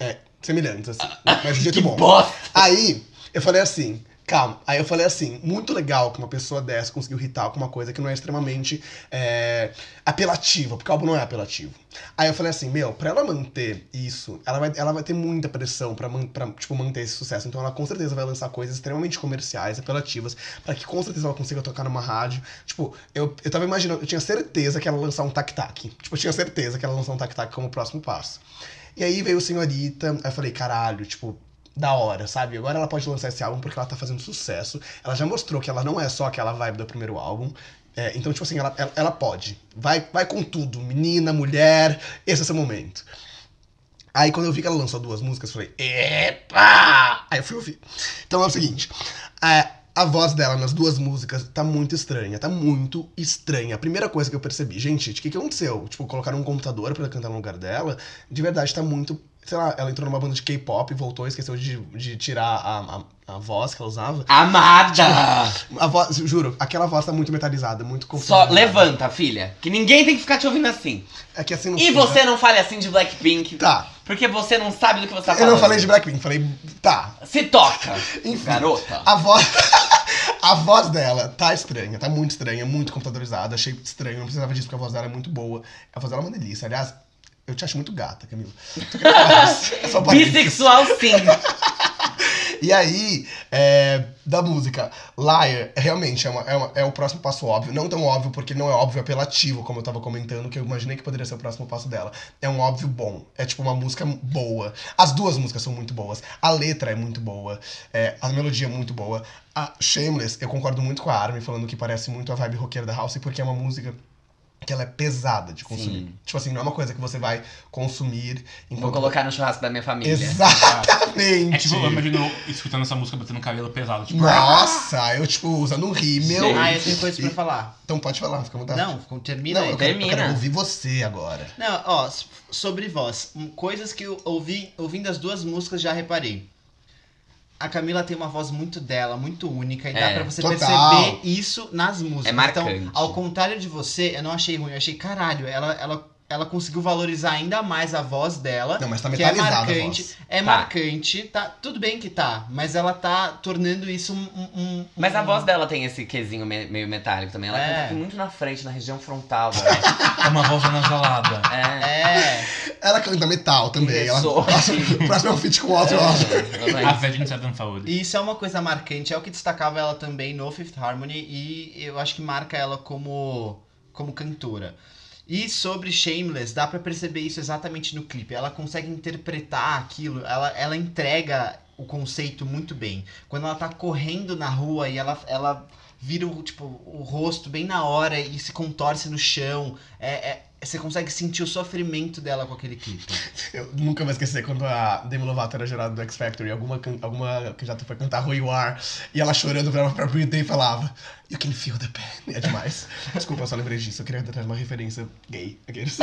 é, semelhantes, assim, mas de um jeito Que bom. bosta! Aí, eu falei assim, calma. Aí eu falei assim, muito legal que uma pessoa dessa conseguiu irritar com uma coisa que não é extremamente é, apelativa, porque o álbum não é apelativo. Aí eu falei assim, meu, pra ela manter isso, ela vai, ela vai ter muita pressão pra, man- pra, tipo, manter esse sucesso. Então ela com certeza vai lançar coisas extremamente comerciais, apelativas, pra que com certeza ela consiga tocar numa rádio. Tipo, eu, eu tava imaginando, eu tinha certeza que ela ia lançar um tac-tac. Tipo, eu tinha certeza que ela ia lançar um tac-tac como próximo passo. E aí veio o Senhorita, aí eu falei, caralho, tipo, da hora, sabe? Agora ela pode lançar esse álbum porque ela tá fazendo sucesso. Ela já mostrou que ela não é só aquela vibe do primeiro álbum. É, então, tipo assim, ela, ela, ela pode. Vai, vai com tudo. Menina, mulher, esse é o seu momento. Aí quando eu vi que ela lançou duas músicas, eu falei, epa! Aí eu fui ouvir. Então é o seguinte, a, a voz dela nas duas músicas tá muito estranha, tá muito estranha. A primeira coisa que eu percebi, gente, o que, que aconteceu? Tipo, colocaram um computador pra ela cantar no lugar dela, de verdade tá muito. Sei lá, ela entrou numa banda de K-pop, voltou, esqueceu de, de tirar a, a, a voz que ela usava. Amada! A voz, juro, aquela voz tá muito metalizada, muito Só confusa. levanta, filha. Que ninguém tem que ficar te ouvindo assim. É que assim não E fica. você não fale assim de Blackpink. Tá. Porque você não sabe do que você tá Eu falando. não falei de Blackpink, falei. Tá, Se toca, Enfim. Ah, garota. A voz. [laughs] A voz dela tá estranha, tá muito estranha, muito computadorizada. Achei estranho, não precisava disso, porque a voz dela é muito boa. A voz dela é uma delícia. Aliás, eu te acho muito gata, Camila. [laughs] É só um parênteses. Bissexual sim. E aí, é, da música, Liar, realmente é, uma- é uma- é o próximo passo óbvio. Não tão óbvio, porque não é óbvio apelativo, como eu tava comentando, que eu imaginei que poderia ser o próximo passo dela. É um óbvio bom. É tipo uma música boa. As duas músicas são muito boas. A letra é muito boa. é, a melodia é muito boa. A Shameless, eu concordo muito com a Armin, falando que parece muito a vibe roqueira da House, porque é uma música. Que ela é pesada de consumir. Sim. Tipo assim, não é uma coisa que você vai consumir Vou enquanto. colocar no churrasco da minha família. Exatamente! É tipo, eu imagino eu escutando essa música batendo cabelo pesado. [laughs] Tipo, Nossa, eu, tipo, usando um rímel. Gente. Ah, eu tenho coisa pra falar. Então pode falar, fica à vontade. Não, termina não aí. eu, quero, eu Termina. quero ouvir você agora. Não, ó, s- sobre voz. Hum, Coisas que eu ouvi, ouvindo as duas músicas, já reparei. A Camila tem uma voz muito dela, muito única, e dá É, pra você total. perceber isso nas músicas. É marcante. Então, ao contrário de você, eu não achei ruim, eu achei caralho. Ela, ela, ela conseguiu valorizar ainda mais a voz dela. Não, mas tá que é metalizada a marcante. voz. É Tá. marcante, tá? Tudo bem que tá, mas ela tá tornando isso um. um- um- Mas a um- voz dela tem esse quezinho me- meio metálico também. Ela É. canta muito na frente, na região frontal. [laughs] né? É uma voz anasalada. é. É. Ela canta metal também. Ela, [laughs] Isso. [laughs] o próximo é um feat com outro. ela- É. A Virgin Seven Fold. E isso é uma coisa marcante, é o que destacava ela também no Fifth Harmony e eu acho que marca ela como, como cantora. E sobre Shameless, dá pra perceber isso exatamente no clipe. Ela consegue interpretar aquilo, ela, ela entrega o conceito muito bem. Quando ela tá correndo na rua e ela, ela vira o, tipo, o rosto bem na hora e se contorce no chão, é, é- você consegue sentir o sofrimento dela com aquele clipe. Eu nunca vou esquecer quando a Demi Lovato era jurada do X Factor e alguma, can- alguma candidata foi cantar Who You Are e ela chorando virava pra Britney e falava You can feel the pain. É [laughs] demais. Desculpa, eu só lembrei disso. Eu queria trazer uma referência gay. Aqueles.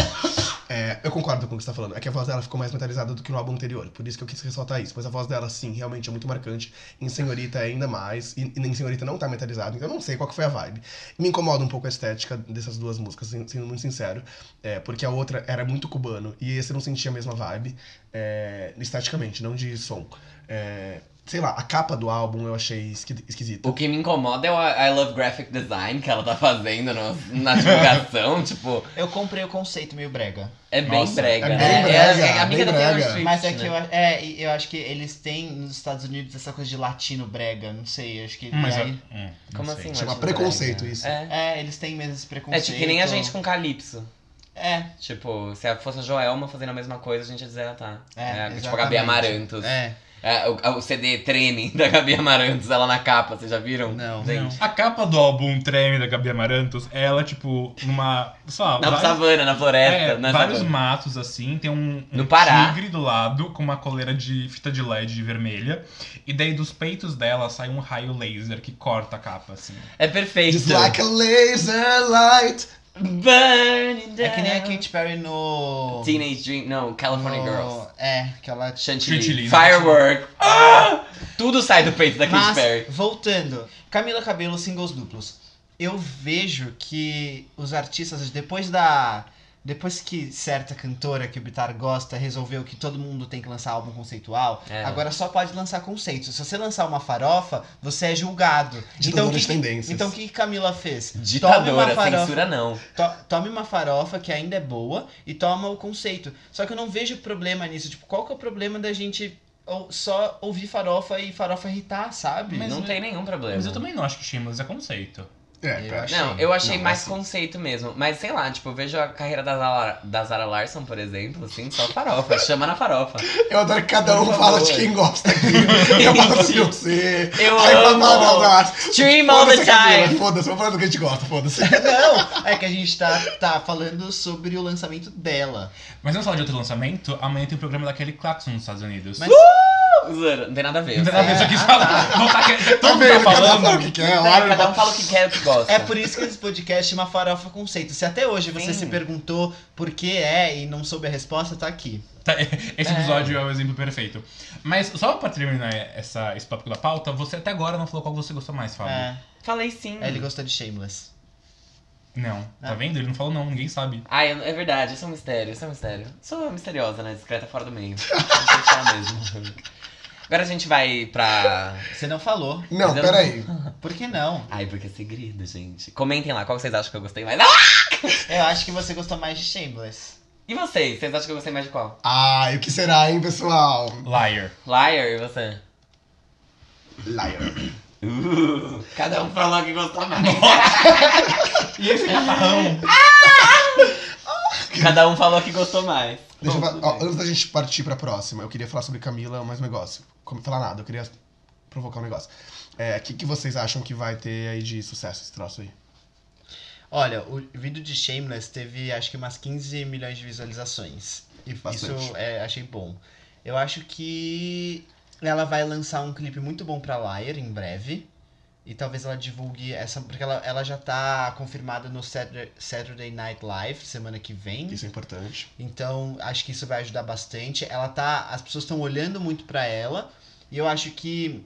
É, eu concordo com o que você tá falando. É que a voz dela ficou mais metalizada do que no álbum anterior. Por isso que eu quis ressaltar isso. Mas a voz dela, sim, realmente é muito marcante. Em Senhorita é ainda mais. E, e em Senhorita não tá metalizado. Então eu não sei qual que foi a vibe. Me incomoda um pouco a estética dessas duas músicas, sen- sendo muito sincero. É, porque a outra era muito cubano. E esse eu não sentia a mesma vibe. é, esteticamente, não de som. É, sei lá, a capa do álbum eu achei esqui- [laughs] esquisita. O que me incomoda é o I I Love Graphic Design que ela tá fazendo no- na [laughs] divulgação. tipo, Eu comprei o conceito meio brega. é bem Nossa, brega. é bem né? brega, é amiga bem da Taylor brega. Swift, Mas é que né? eu, a- é, e eu acho que eles têm nos Estados Unidos essa coisa de latino brega, não sei, acho que Hum, Mas e é- aí- hum, não Como sei. assim? Chama latino tipo, é preconceito brega? isso. É. tipo, é, eles têm mesmo esse É preconceito. tipo que nem a gente com Calypso. É, Tipo, se fosse a Joelma fazendo a mesma coisa, a gente ia dizer, ah, tá. É, tipo a Gabi exatamente. Amarantos. é. É, o, o CD Treme [laughs] da Gabi Amarantos, ela na capa, vocês já viram? Não. Gente. A capa do álbum Treme da Gabi Amarantos, ela, tipo, numa. Sei lá, Na vários- savana, na floresta, é, na vários savana. matos assim, tem um, um né, No Pará. tigre do lado com uma coleira de fita de LED vermelha, e daí dos peitos dela sai um raio laser que corta a capa assim. É perfeito. Just like a laser light. Burning down. É que nem a Katy Perry no. Teenage Dream, não, California no- Girls. É, que ela. Chantilly. Chantilly, né? Firework. Ah! Tudo sai do peito da Katy Mas, Perry. voltando, Camila Cabello, singles duplos. Eu vejo que os artistas, depois da. Depois que certa cantora que o Bitar gosta resolveu que todo mundo tem que lançar álbum conceitual, É. agora só pode lançar conceitos. Se você lançar uma farofa, você é julgado. Então o Ditadora que, de tendências. então o que que Camila fez? Tome uma Ditadora, farofa- censura não. To- tome uma farofa que ainda é boa e toma o conceito. Só que eu não vejo problema nisso. Tipo, qual que é o problema da gente ou- só ouvir farofa e farofa irritar, sabe? Mas não eu- tem nenhum problema. Mas eu também não acho que Shameless é conceito. É, Eu pera. acho- Não, achei. eu achei Não, mais assim- conceito mesmo. Mas sei lá, tipo, eu vejo a carreira da Zara, da Zara Larson, por exemplo, assim, só farofa. [laughs] chama na farofa. Eu adoro que cada um Por fala favor. de quem gosta aqui. Eu [laughs] falo da Beyoncé. Eu aí fala amo. tá mal da Nath. Dream all the Foda-se a Camila, time. Foda-se, vamos falar do que a gente gosta, foda-se. [laughs] Tá Não, é que a gente tá, tá falando sobre o lançamento dela. Mas vamos falar de outro lançamento? Amanhã tem o programa da Kelly Clarkson nos Estados Unidos. [laughs] Mas Zara, Não tem nada a ver. Não tem nada a ver, assim. só quis [laughs] falar. Não tá querendo- Tá Todo mundo tá vendo? Cada um fala o falando. que quer. É, Laura cada um fala o que quer e o que gosta. é por isso que esse podcast chama Farofa Conceito. Se até hoje você Sim. se perguntou por que é e não soube a resposta, tá aqui. Tá, Esse episódio é o exemplo perfeito. Mas só pra terminar essa, esse tópico da pauta, você até agora não falou qual você gostou mais, Tá Fábio. É, Falei sim. ele gostou de Shameless. Não. Tá Ah. vendo? Ele não falou não, ninguém sabe. Ah, eu- é verdade, isso é um mistério, isso é um mistério. Sou misteriosa, né? Discreta fora do meio. [laughs] Não sei falar mesmo. Agora a gente vai pra. Você não falou. Não, Mas eu [laughs] peraí. Por que não? Ai, porque é segredo, gente. Comentem lá qual vocês acham que eu gostei mais. Ah! Eu acho que você gostou mais de Shameless. E vocês? Vocês acham que eu gostei mais de qual? Ai, o que será, hein, pessoal? Liar. Liar e você? Liar. Uh, cada um falou que gostou mais. E esse catarrão? cada um falou que gostou mais. Deixa eu Bom, falar, tudo ó, bem. antes da gente partir pra próxima, eu queria falar sobre Camila mais um negócio. Como falar nada, eu queria provocar um negócio. É, o que, que vocês acham que vai ter aí de sucesso esse troço aí? Olha, o vídeo de Shameless teve acho que umas 15 milhões de visualizações. E Bastante. isso é, achei bom. Eu acho que ela vai lançar um clipe muito bom pra Liar em breve. E talvez ela divulgue essa. Porque ela, ela já tá confirmada no Saturday, Saturday Night Live semana que vem. Isso é importante. Então, acho que isso vai ajudar bastante. Ela tá, as pessoas estão olhando muito pra ela, e eu acho que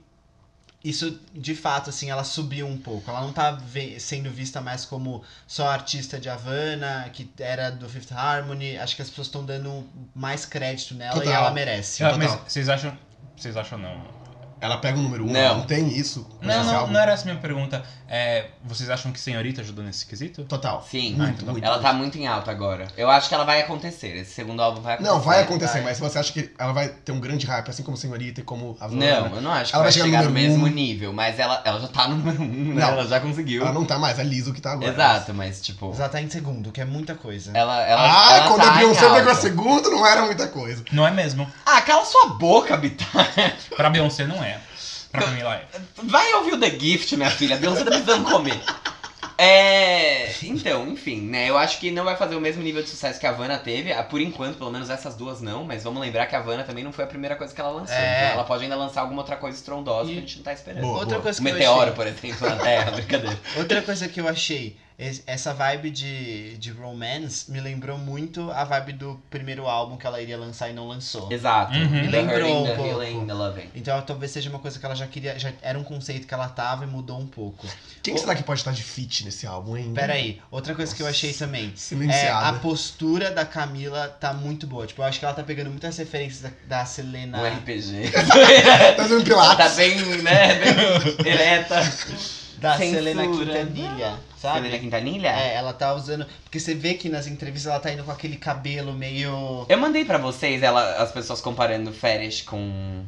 Isso, de fato, assim, ela subiu um pouco. Ela não tá ve- sendo vista mais como só artista de Havana, que era do Fifth Harmony. Acho que as pessoas estão dando mais crédito nela e Total. ela merece. Ela- Ah, mas total. vocês acham. Vocês é acham não? Ela pega o número um, Não. ela não tem isso. Não, nesse não, álbum. não era essa a minha pergunta. É, vocês acham que Senhorita ajudou nesse quesito? Total. Sim. Muito, Ah, muito. Ela tá muito em alta agora. Eu acho que ela vai acontecer. Esse segundo álbum vai acontecer. Não, vai acontecer, Vai. mas você acha que ela vai ter um grande hype, assim como Senhorita e como a Havana? Não, eu não acho que Ela vai vai chegar chegar no no número mesmo um. nível, mas ela, ela já tá no número um, né? Não. Ela já conseguiu. Ela não tá mais, é liso que tá agora. Exato, mas tipo, Mas ela tá em segundo, que é muita coisa. ela, ela, Ah, ela quando tá a em Beyoncé alta. pegou a segunda, não era muita coisa. Não é mesmo. Ah, cala sua boca, Bitar. Pra Beyoncé não é. Pra Camila é. Vai ouvir o The Gift, minha filha. A Beyoncé tá precisando comer. É. Então, enfim, né? Eu acho que não vai fazer o mesmo nível de sucesso que a Havana teve. Ah, Por enquanto, pelo menos essas duas não. Mas vamos lembrar que a Havana também não foi a primeira coisa que ela lançou. É. Então ela pode ainda lançar alguma outra coisa estrondosa E- que a gente não tá esperando. É, Boa, Outra boa. coisa O que eu meteoro, achei- por exemplo, na Terra, [laughs] brincadeira. Outra coisa que eu achei, es- essa vibe de, de romance me lembrou muito a vibe do primeiro álbum que ela iria lançar e não lançou. Exato. Uhum. The Lembrou Hurting, um The pouco. Healing, The Loving. Então talvez seja uma coisa que ela já queria, já era um conceito que ela tava e mudou um pouco. Quem que será que pode estar de fit nesse álbum, hein? Pera aí, outra coisa que eu achei também. É, a Silenciada. postura da Camila tá muito boa. Tipo, eu acho que ela tá pegando muitas referências da, da Selena. Um [laughs] RPG. tá fazendo Ela tá pilates. bem, né? [laughs] Tá Bem ereta. Censura. Da Selena Quintanilha, sabe? Selena Quintanilha? É, ela tá usando. Porque você vê que nas entrevistas ela tá indo com aquele cabelo meio. [laughs] Eu mandei pra vocês ela, as pessoas comparando fetish com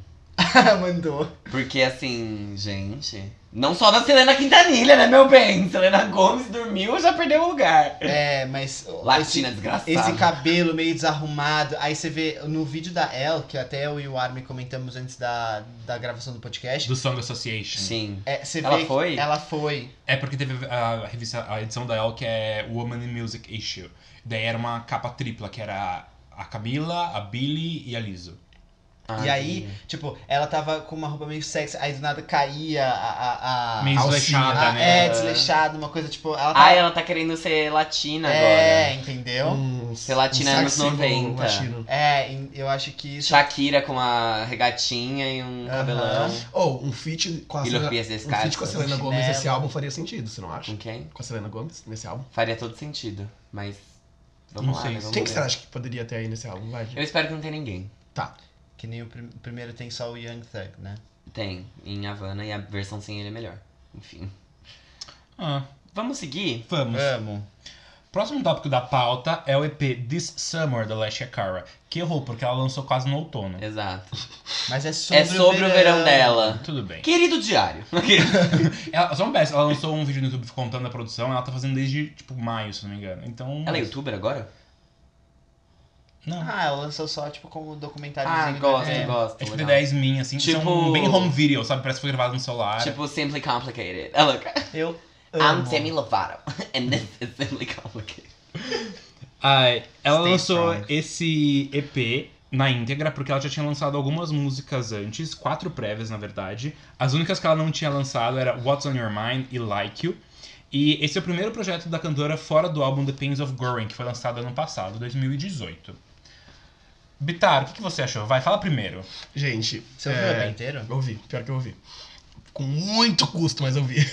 Mandou. Porque assim, gente. Não só da Selena Quintanilha, né, meu bem? Selena Gomes dormiu já perdeu o lugar. É, mas. esse- Latina desgraçada. Esse cabelo meio desarrumado. Aí você vê no vídeo da Elle, que até eu e o Armin comentamos antes da, da gravação do podcast. Do Song Association. Sim. é, você Ela vê que foi? Ela foi. É porque teve a revista, a edição da El que é Woman in Music Issue. Daí era uma capa tripla, que era a Camila, a Billy e a Lizzo. Ah, e aí, tipo, ela tava com uma roupa meio sexy, aí do nada caía a. a, a Meio alcinha. desleixada, a- né? É, desleixada, uma coisa tipo. Ela Ah, tava- ela tá querendo ser latina É, agora. entendeu? Um- Ser latina um Tá anos sexy 90. latino. É, em- eu acho que isso. Shakira com uma regatinha e um Aham. cabelão. Ou um feat com a E los Selena, pies um feat com a descalços. Selena Chinelo. Gomes nesse álbum faria sentido, você não acha? Com quem? Com a Selena Gomes nesse álbum? Faria todo sentido. Mas. Vamos Não lá, sei. né? Vamos Quem que ver. você acha que poderia ter aí nesse álbum? Vai, gente. Eu espero que não tenha ninguém. Tá. Que nem o prim- primeiro tem só o Young Thug, né? Tem. Em Havana e a versão sem ele é melhor. Enfim. Ah, Vamos seguir? vamos. Amo. Próximo tópico da pauta é o EP This Summer, da Lashia Cara. Que errou, porque ela lançou quase no outono. Exato. Mas é sobre, é sobre o ah, verão dela. Tudo bem. Querido diário. [laughs] Ela, só um PS, ela lançou um vídeo no YouTube contando a produção, ela tá fazendo desde, tipo, maio, se não me engano. Então... Ela é youtuber agora? Não. Ah, ela lançou só, tipo, como documentário. Ah, gosto, né? gosto. É tipo legal. 10 min, assim, Tipo- tipo... são bem home video, sabe? Parece que foi gravado no celular. Tipo, Simply Complicated. Ah, look. Eu I'm amo. Demi Lovato. [laughs] And this is Simply Complicated. Ai, ela Stay lançou strong. esse EP na íntegra, porque ela já tinha lançado algumas músicas antes, quatro prévias, na verdade. As únicas que ela não tinha lançado era What's On Your Mind e Like You. E esse é o primeiro projeto da cantora fora do álbum The Pains of Growing, que foi lançado ano passado, 2018. Bitar, o que, que você achou? Vai, fala primeiro. Gente, Você ouviu o é, EP inteiro? eu ouvi, pior que eu ouvi. Com muito custo, mas eu ouvi. [laughs]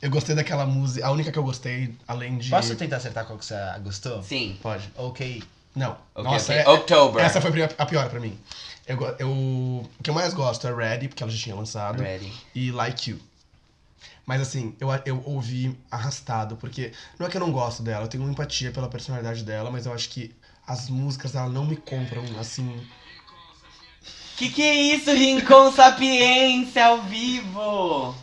Eu gostei daquela música, a única que eu gostei, além de... Posso tentar acertar qual que você gostou? Sim. Pode. Ok. Não. Ok, Nossa, ok. é- October. essa foi a pri- a pior pra mim. Eu, go- eu, o que eu mais gosto é Ready, porque ela já tinha lançado. Ready. e Like You. Mas assim, eu, eu ouvi arrastado, porque não é que eu não gosto dela, eu tenho empatia pela personalidade dela, mas eu acho que as músicas dela não me compram, assim. Que que é isso, Rincon Sapiência ao vivo?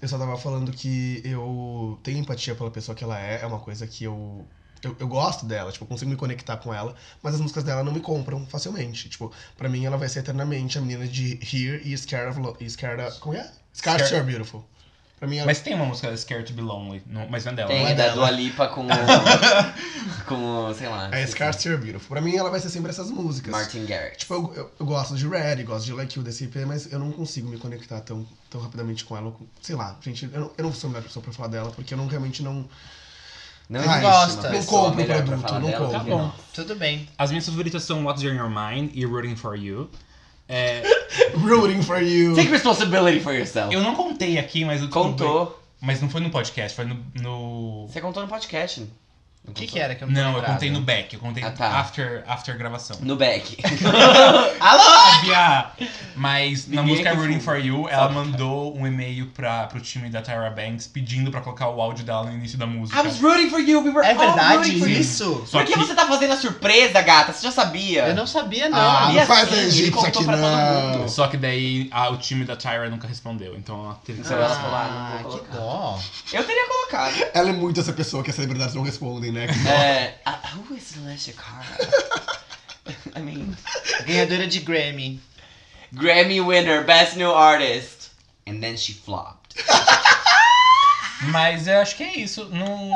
Eu só tava falando que eu tenho empatia pela pessoa que ela é, é uma coisa que eu. Eu, eu gosto dela, tipo, eu consigo me conectar com ela, mas as músicas dela não me compram facilmente. Tipo, pra mim ela vai ser eternamente a menina de Here e Scared of. Lo- e Scared of como é? Scared Scared- to You're Beautiful. Pra mim ela. Mas tem uma música da Scared to Be Lonely, não- mas não é dela. Tem não é? é da dela. Dua Lipa com [laughs] o... com o, sei lá. é esqueci. Scared to You're Beautiful. Pra mim ela vai ser sempre essas músicas. Martin Garrix. Tipo, eu, eu, eu gosto de Red, gosto de Like You desse EP, mas eu não consigo me conectar tão, tão rapidamente com ela. com- Sei lá, gente, eu não, eu não sou a melhor pessoa pra falar dela, porque eu não realmente não. [laughs] Não Ah, existe gosta. uma Não pessoa compro o melhor pra produto, falar não dela compro. que Tá bom. nós. Tudo bem. As minhas favoritas são What's On Your Mind e Rooting For You. É, Rooting for you. Take responsibility for yourself. Eu não contei aqui, mas eu descobri. Contou. Mas não foi no podcast, foi no. no- Você contou no podcast. O que, que era que eu não tô Não, eu lembrado? contei no back, eu contei Ah, tá. after, after gravação. No back. Alô! Sabia! Mas na Ninguém música aqui Rooting foi. for You, ela Sabe, cara. mandou um e-mail pra, pro time da Tyra Banks pedindo pra colocar o áudio dela no início da música. I was rooting for you, we were É all verdade rooting for you. isso? Só Por que que- você tá fazendo a surpresa, gata? Você já sabia? É. Eu não sabia, não. Ah, E não faz assim, ele egípcio contou aqui pra todo não. mundo. Só que daí a- o time da Tyra nunca respondeu, então ela teve que Então ela falou, ah, Ah, não vou que colocar. dó. Eu teria colocado. [laughs] Ela é muito essa pessoa que as celebridades não respondem, né? É. ah, Who is Celestia Cara? [laughs] I mean. Ganhadora de Grammy. Grammy winner, best new artist. And then she flopped. Mas eu acho que é isso. Não.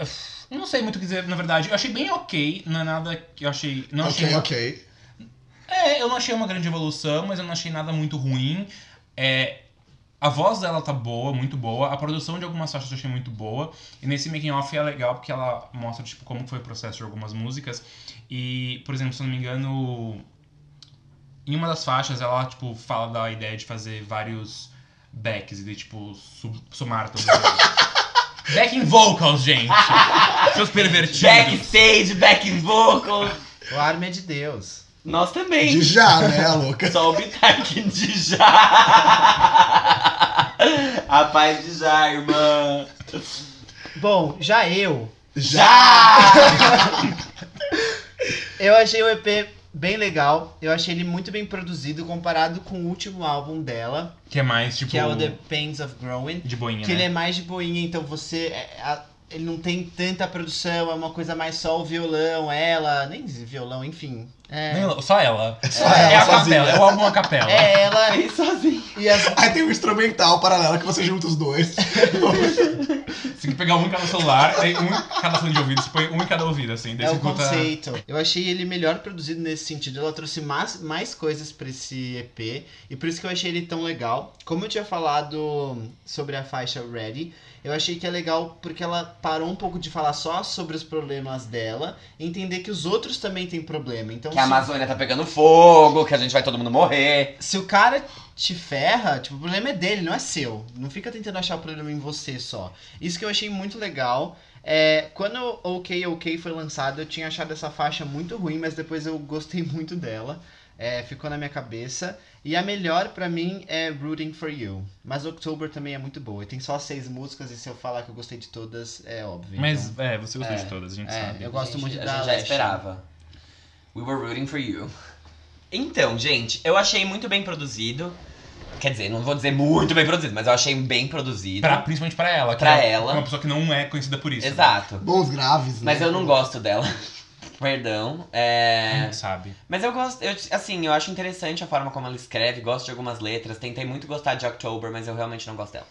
Uf, Não sei muito o que dizer, na verdade. Eu achei bem ok, não é nada que eu achei. Não ok, achei uma- ok. É, eu não achei uma grande evolução, mas eu não achei nada muito ruim. É, a voz dela tá boa, muito boa. A produção de algumas faixas eu achei muito boa. E nesse making off é legal porque ela mostra tipo como foi o processo de algumas músicas. E, por exemplo, se eu não me engano, em uma das faixas ela tipo fala da ideia de fazer vários backs e de tipo sub- somar todos eles. [laughs] Backing vocals, gente. Seus pervertidos. Backstage, back in vocal. O Arma é de Deus. Nós também. De já, né, louca? Só o Bitark de já. A paz de já, irmã. Bom, já eu. Já! Eu achei o EP bem legal. Eu achei ele muito bem produzido comparado com o último álbum dela, Que é mais tipo que é o The Pains of Growing. de boinha, Que ele né? é mais de boinha, então você. é- a- ele não tem tanta produção, é uma coisa mais só o violão, ela. Nem violão, enfim. É, Nem- Só ela. Só É, a ela sozinha. capela, é o álbum a capela. é ela [laughs] Aí sozinho. e as Aí tem um instrumental paralelo que você junta os dois. [laughs] Você tem que pegar um em cada celular, aí um em cada fone de ouvido, você põe um em cada ouvido, assim. Daí É você o escuta- conceito. Eu achei ele melhor produzido nesse sentido. Ela trouxe mais, mais coisas pra esse EP. E por isso que eu achei ele tão legal. Como eu tinha falado sobre a faixa Ready, eu achei que é legal porque ela parou um pouco de falar só sobre os problemas dela. E entender que os outros também têm problema. Então, Que a se- Amazônia tá pegando fogo, que a gente vai todo mundo morrer. se o cara te ferra, tipo, o problema é dele, não é seu. Não fica tentando achar o problema em você só. Isso que eu achei muito legal. É, quando o OK OK foi lançado, eu tinha achado essa faixa muito ruim, mas depois eu gostei [laughs] muito dela. É, ficou na minha cabeça. E a melhor pra mim é Rooting for You. Mas October também é muito boa. E tem só seis músicas, e se eu falar que eu gostei de todas, é óbvio. Mas, é, você gostou É, de todas, a gente é, sabe. eu gosto Gente, muito a da gente já Lesha. esperava. We were rooting for you. Então, gente, eu achei muito bem produzido. Quer dizer, não vou dizer muito bem produzido, mas eu achei bem produzido. Pra- principalmente pra ela. que Pra é ela. Uma pessoa que não é conhecida por isso. Exato. Bons graves, né? Mas eu não gosto dela. [laughs] Perdão. É... Né? Sabe. Mas eu gosto, eu, assim, eu acho interessante a forma como ela escreve, gosto de algumas letras. Tentei muito gostar de October, mas eu realmente não gosto dela.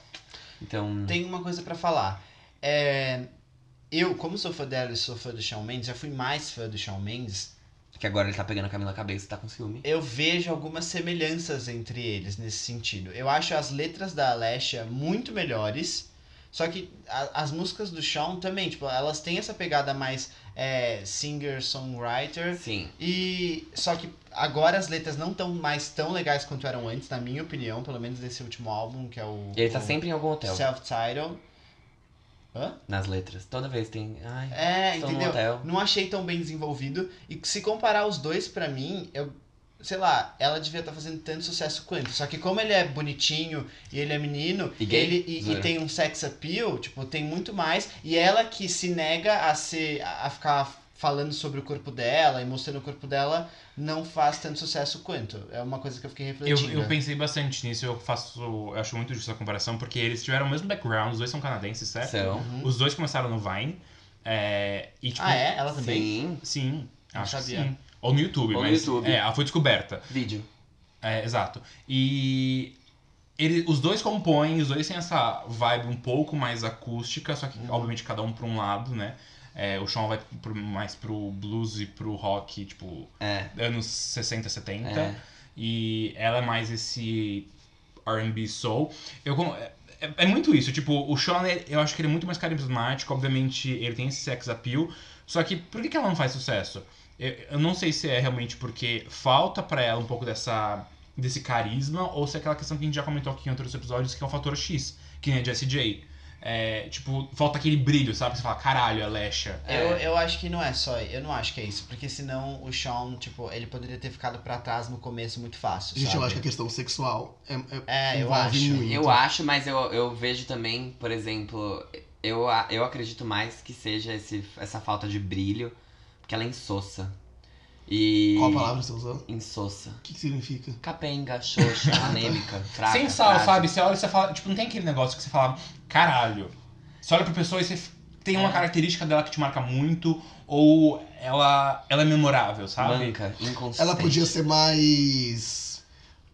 Então. Tem uma coisa pra falar. É, eu, como sou fã dela e sou fã do Shawn Mendes, já fui mais fã do Shawn Mendes. Que agora ele tá pegando a Camila Cabeça e tá com ciúme. Eu vejo algumas semelhanças entre eles nesse sentido. Eu acho as letras da Alessia muito melhores. Só que a- as músicas do Shawn também, tipo, elas têm essa pegada mais é, singer-songwriter. Sim. E só que agora as letras não estão mais tão legais quanto eram antes, na minha opinião, pelo menos desse último álbum, que é o, E ele tá o sempre em algum hotel Self-Title. Hã? nas letras. Toda vez tem. Ai, É, estou entendeu? no hotel. Não achei tão bem desenvolvido. E se comparar os dois, pra mim, eu. Sei lá, ela devia estar fazendo tanto sucesso quanto. Só que como ele é bonitinho e ele é menino, E gay? É. ele e, e Zoeira. tem um sex appeal, tipo, tem muito mais. E ela que se nega a ser. a a ficar falando sobre o corpo dela e mostrando o corpo dela, não faz tanto sucesso quanto. É uma coisa que eu fiquei Eu, refletindo. eu pensei bastante nisso, eu faço. Eu acho muito justa a comparação, porque eles tiveram o mesmo background, os dois são canadenses, certo? São. Uhum. Os dois começaram no Vine. é, e, tipo, Ah, é? Ela também? Sim. Sim, Não acho que sabia. sim. Ou no YouTube, Ou no mas. YouTube. É, ela foi descoberta. Vídeo. É, exato. E ele, os dois compõem, os dois têm essa vibe um pouco mais acústica, só que Uhum. obviamente cada um pra um lado, né? É, o Sean vai pro- mais pro blues e pro rock, tipo, É. anos 60, 70. Então, É. E ela é mais esse R&B soul. Eu, con- é, é- é muito isso, tipo, o Sean, ele- eu acho que ele é muito mais carismático, obviamente ele tem esse sex appeal, só que por que, que ela não faz sucesso? Eu, eu não sei se é realmente porque falta pra ela um pouco dessa desse carisma ou se é aquela questão que a gente já comentou aqui em outros episódios que é o fator X, que nem a Jessie J. É, tipo, falta aquele brilho, sabe? Você fala, caralho, é a Lesha. Eu, eu acho que não é só. Eu não acho que é isso. Porque senão o Sean, tipo, ele poderia ter ficado pra trás no começo muito fácil. Gente, sabe? eu acho que a questão sexual é, é- É, eu envolve acho. muito. Eu acho, mas eu, eu vejo também, por exemplo, eu, a- eu acredito mais que seja esse, essa falta de brilho, porque ela é insossa. E. Qual a palavra você tá usando? Insossa. O que, que significa? Capenga, xoxa, anêmica, fraca. Sem sal, frágil. sabe? Você olha e você fala, tipo, não tem aquele negócio que você fala, caralho. Você olha pra pessoa e você f- tem É. uma característica dela que te marca muito, ou ela, ela é memorável, sabe? Manca, inconsistente. Ela podia ser mais.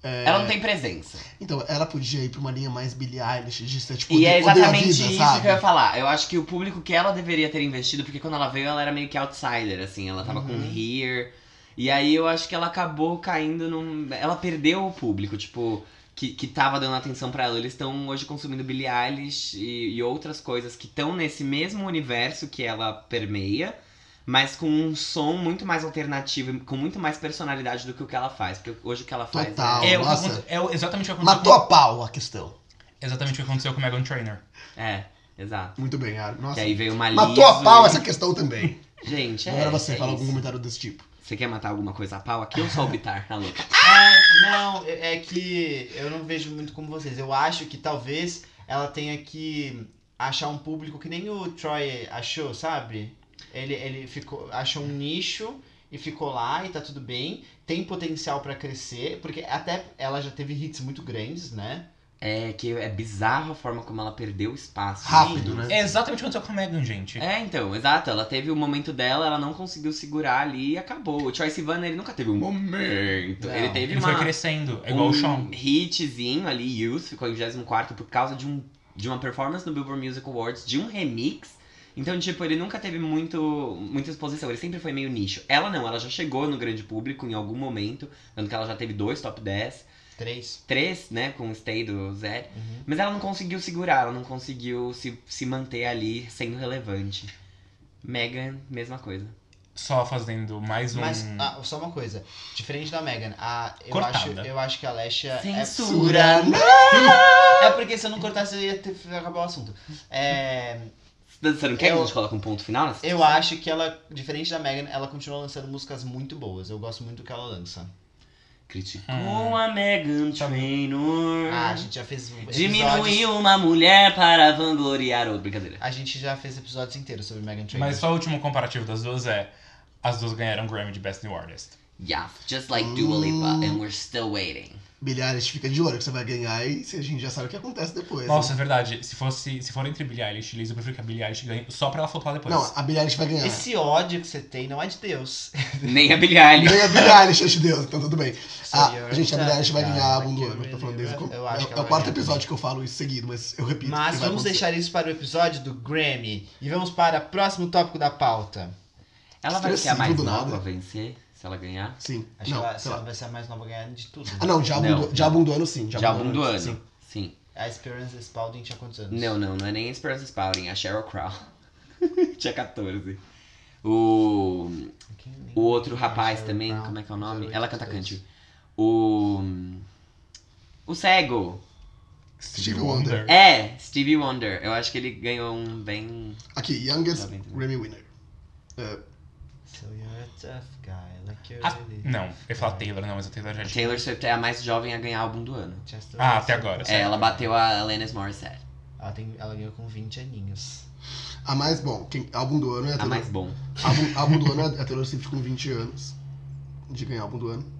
Ela não tem presença. Então, ela podia ir pra uma linha mais Billie Eilish, de ser tipo, e é odeio a exatamente vida, isso sabe? que eu ia falar. Eu acho que o público que ela deveria ter investido, porque quando ela veio, ela era meio que outsider, assim, ela tava Uhum. com Here. E aí eu acho que ela acabou caindo num. Ela perdeu o público, tipo, que, que tava dando atenção pra ela. Eles estão hoje consumindo Billie Eilish e, e outras coisas que estão nesse mesmo universo que ela permeia. Mas com um som muito mais alternativo, e com muito mais personalidade do que o que ela faz. Porque hoje o que ela faz Total. é. É, o que Nossa. aconte- é o- exatamente o que aconteceu. Matou a pau a questão. com- Exatamente o que aconteceu com o Megan Trainor. É, exato. Muito bem, Ari. Nossa. Que aí veio uma Matou a Lizzo pau e- essa questão também. Gente, é. Agora você é fala isso. algum comentário desse tipo. Você quer matar alguma coisa a pau aqui ou só o Bitar? Tá louca? É, não, é é que eu não vejo muito como vocês. Eu acho que talvez ela tenha que achar um público que nem o Troy achou, sabe? Ele, ele ficou, achou um nicho e ficou lá e tá tudo bem. Tem potencial pra crescer, porque até ela já teve hits muito grandes, né? É que é bizarro a forma como ela perdeu o espaço. Rápido, né? É exatamente o que aconteceu com a Megan, gente. É, então, exato. Ela teve o momento dela, ela não conseguiu segurar ali e acabou. O Troye Sivan, ele nunca teve um momento. Não, ele teve Ele uma, foi crescendo, é igual o Sean. um hitzinho ali, Youth, ficou em 24 por causa de, um, de uma performance no Billboard Music Awards, de um remix. Então, tipo, ele nunca teve muito, muita exposição, ele sempre foi meio nicho. Ela não, ela já chegou no grande público em algum momento, tanto que ela já teve dois top 10. Três. três, né, com o stay do Zé. Uhum. Mas ela não conseguiu segurar, ela não conseguiu se, se manter ali sendo relevante. Megan, mesma coisa. Só fazendo mais um. Mas ah, só uma coisa, diferente da Megan, a, eu, Cortada. acho, eu acho que a Alexia Censura, né? É, é porque se eu não cortasse eu ia ter, acabar o assunto. É, Você não quer que a Eu- gente coloque um ponto final nessa Eu acho que ela, diferente da Megan, ela continua lançando músicas muito boas. Eu gosto muito do que ela lança. Criticou Hum. a Megan Trainor. Ah, a gente já fez episódios- é Diminuiu uma mulher para vangloriar outra. Brincadeira. A gente já fez episódios inteiros sobre Megan Trainor. Mas só o último comparativo das duas é. As duas ganharam Grammy de Best New Artist. Yeah, just like Dua Lipa, and we're still waiting. Billie Eilish fica de olho que você vai ganhar e se a gente já sabe o que acontece depois. Nossa, é né? verdade. Se, fosse, se for entre Billie Eilish e Liz, eu prefiro que a Billie Eilish ganhe só pra ela flopar depois. Não, a Billie Eilish vai ganhar. Esse ódio que você tem não é [laughs] de Deus. Nem a Billie Eilish. Ganha a Billie Eilish, eu te deus, então tudo bem. Ah, Sorry, gente, a eu- Billie Eilish vai ganhar Ah, a álbum do que ano. Eu tô really- falando desde o eu com- É, acho é que ela o quarto vai ganhar. episódio que eu falo isso seguido, mas eu repito. Mas que vai vamos acontecer. deixar isso para o episódio do Grammy. E vamos para o próximo tópico da pauta. Ela vai ser a Expressivo mais do nova nada. a vencer, se ela ganhar. Sim. Acho não, que ela, sei ela lá. vai ser a mais nova ganhada de tudo. né? Ah, não, de álbum, Não, do, de não. álbum do ano, sim. De álbum do ano. Sim. Sim. A Experience Spalding tinha quantos anos? Não, não, não é nem a Esperança Spalding, é a Sheryl Crow. [laughs] Tinha 14. O, Quem nem- o outro rapaz Sheryl também, Crow, como é que é o nome? 08, Ela canta 22. country. O. O cego. Stevie Wonder. É, Stevie Wonder. Eu acho que ele ganhou um bem. Aqui, Youngest Tá bem, tá bem. Grammy Winner. É, So you're a tough guy, like you're A- really- Ah, Não, eu ia falar Taylor, não, mas a Taylor já A tinha. Taylor Swift é a mais jovem a ganhar álbum do ano. Just a Ah, little até agora. É, certo. ela bateu a Alanis Morissette. Ela, tem, ela ganhou com 20 aninhos. A mais, bom, quem, álbum do Ah, ano é a A Taylor, mais bom. álbum, álbum do ano é a Taylor Swift com 20 anos. De ganhar álbum do ano.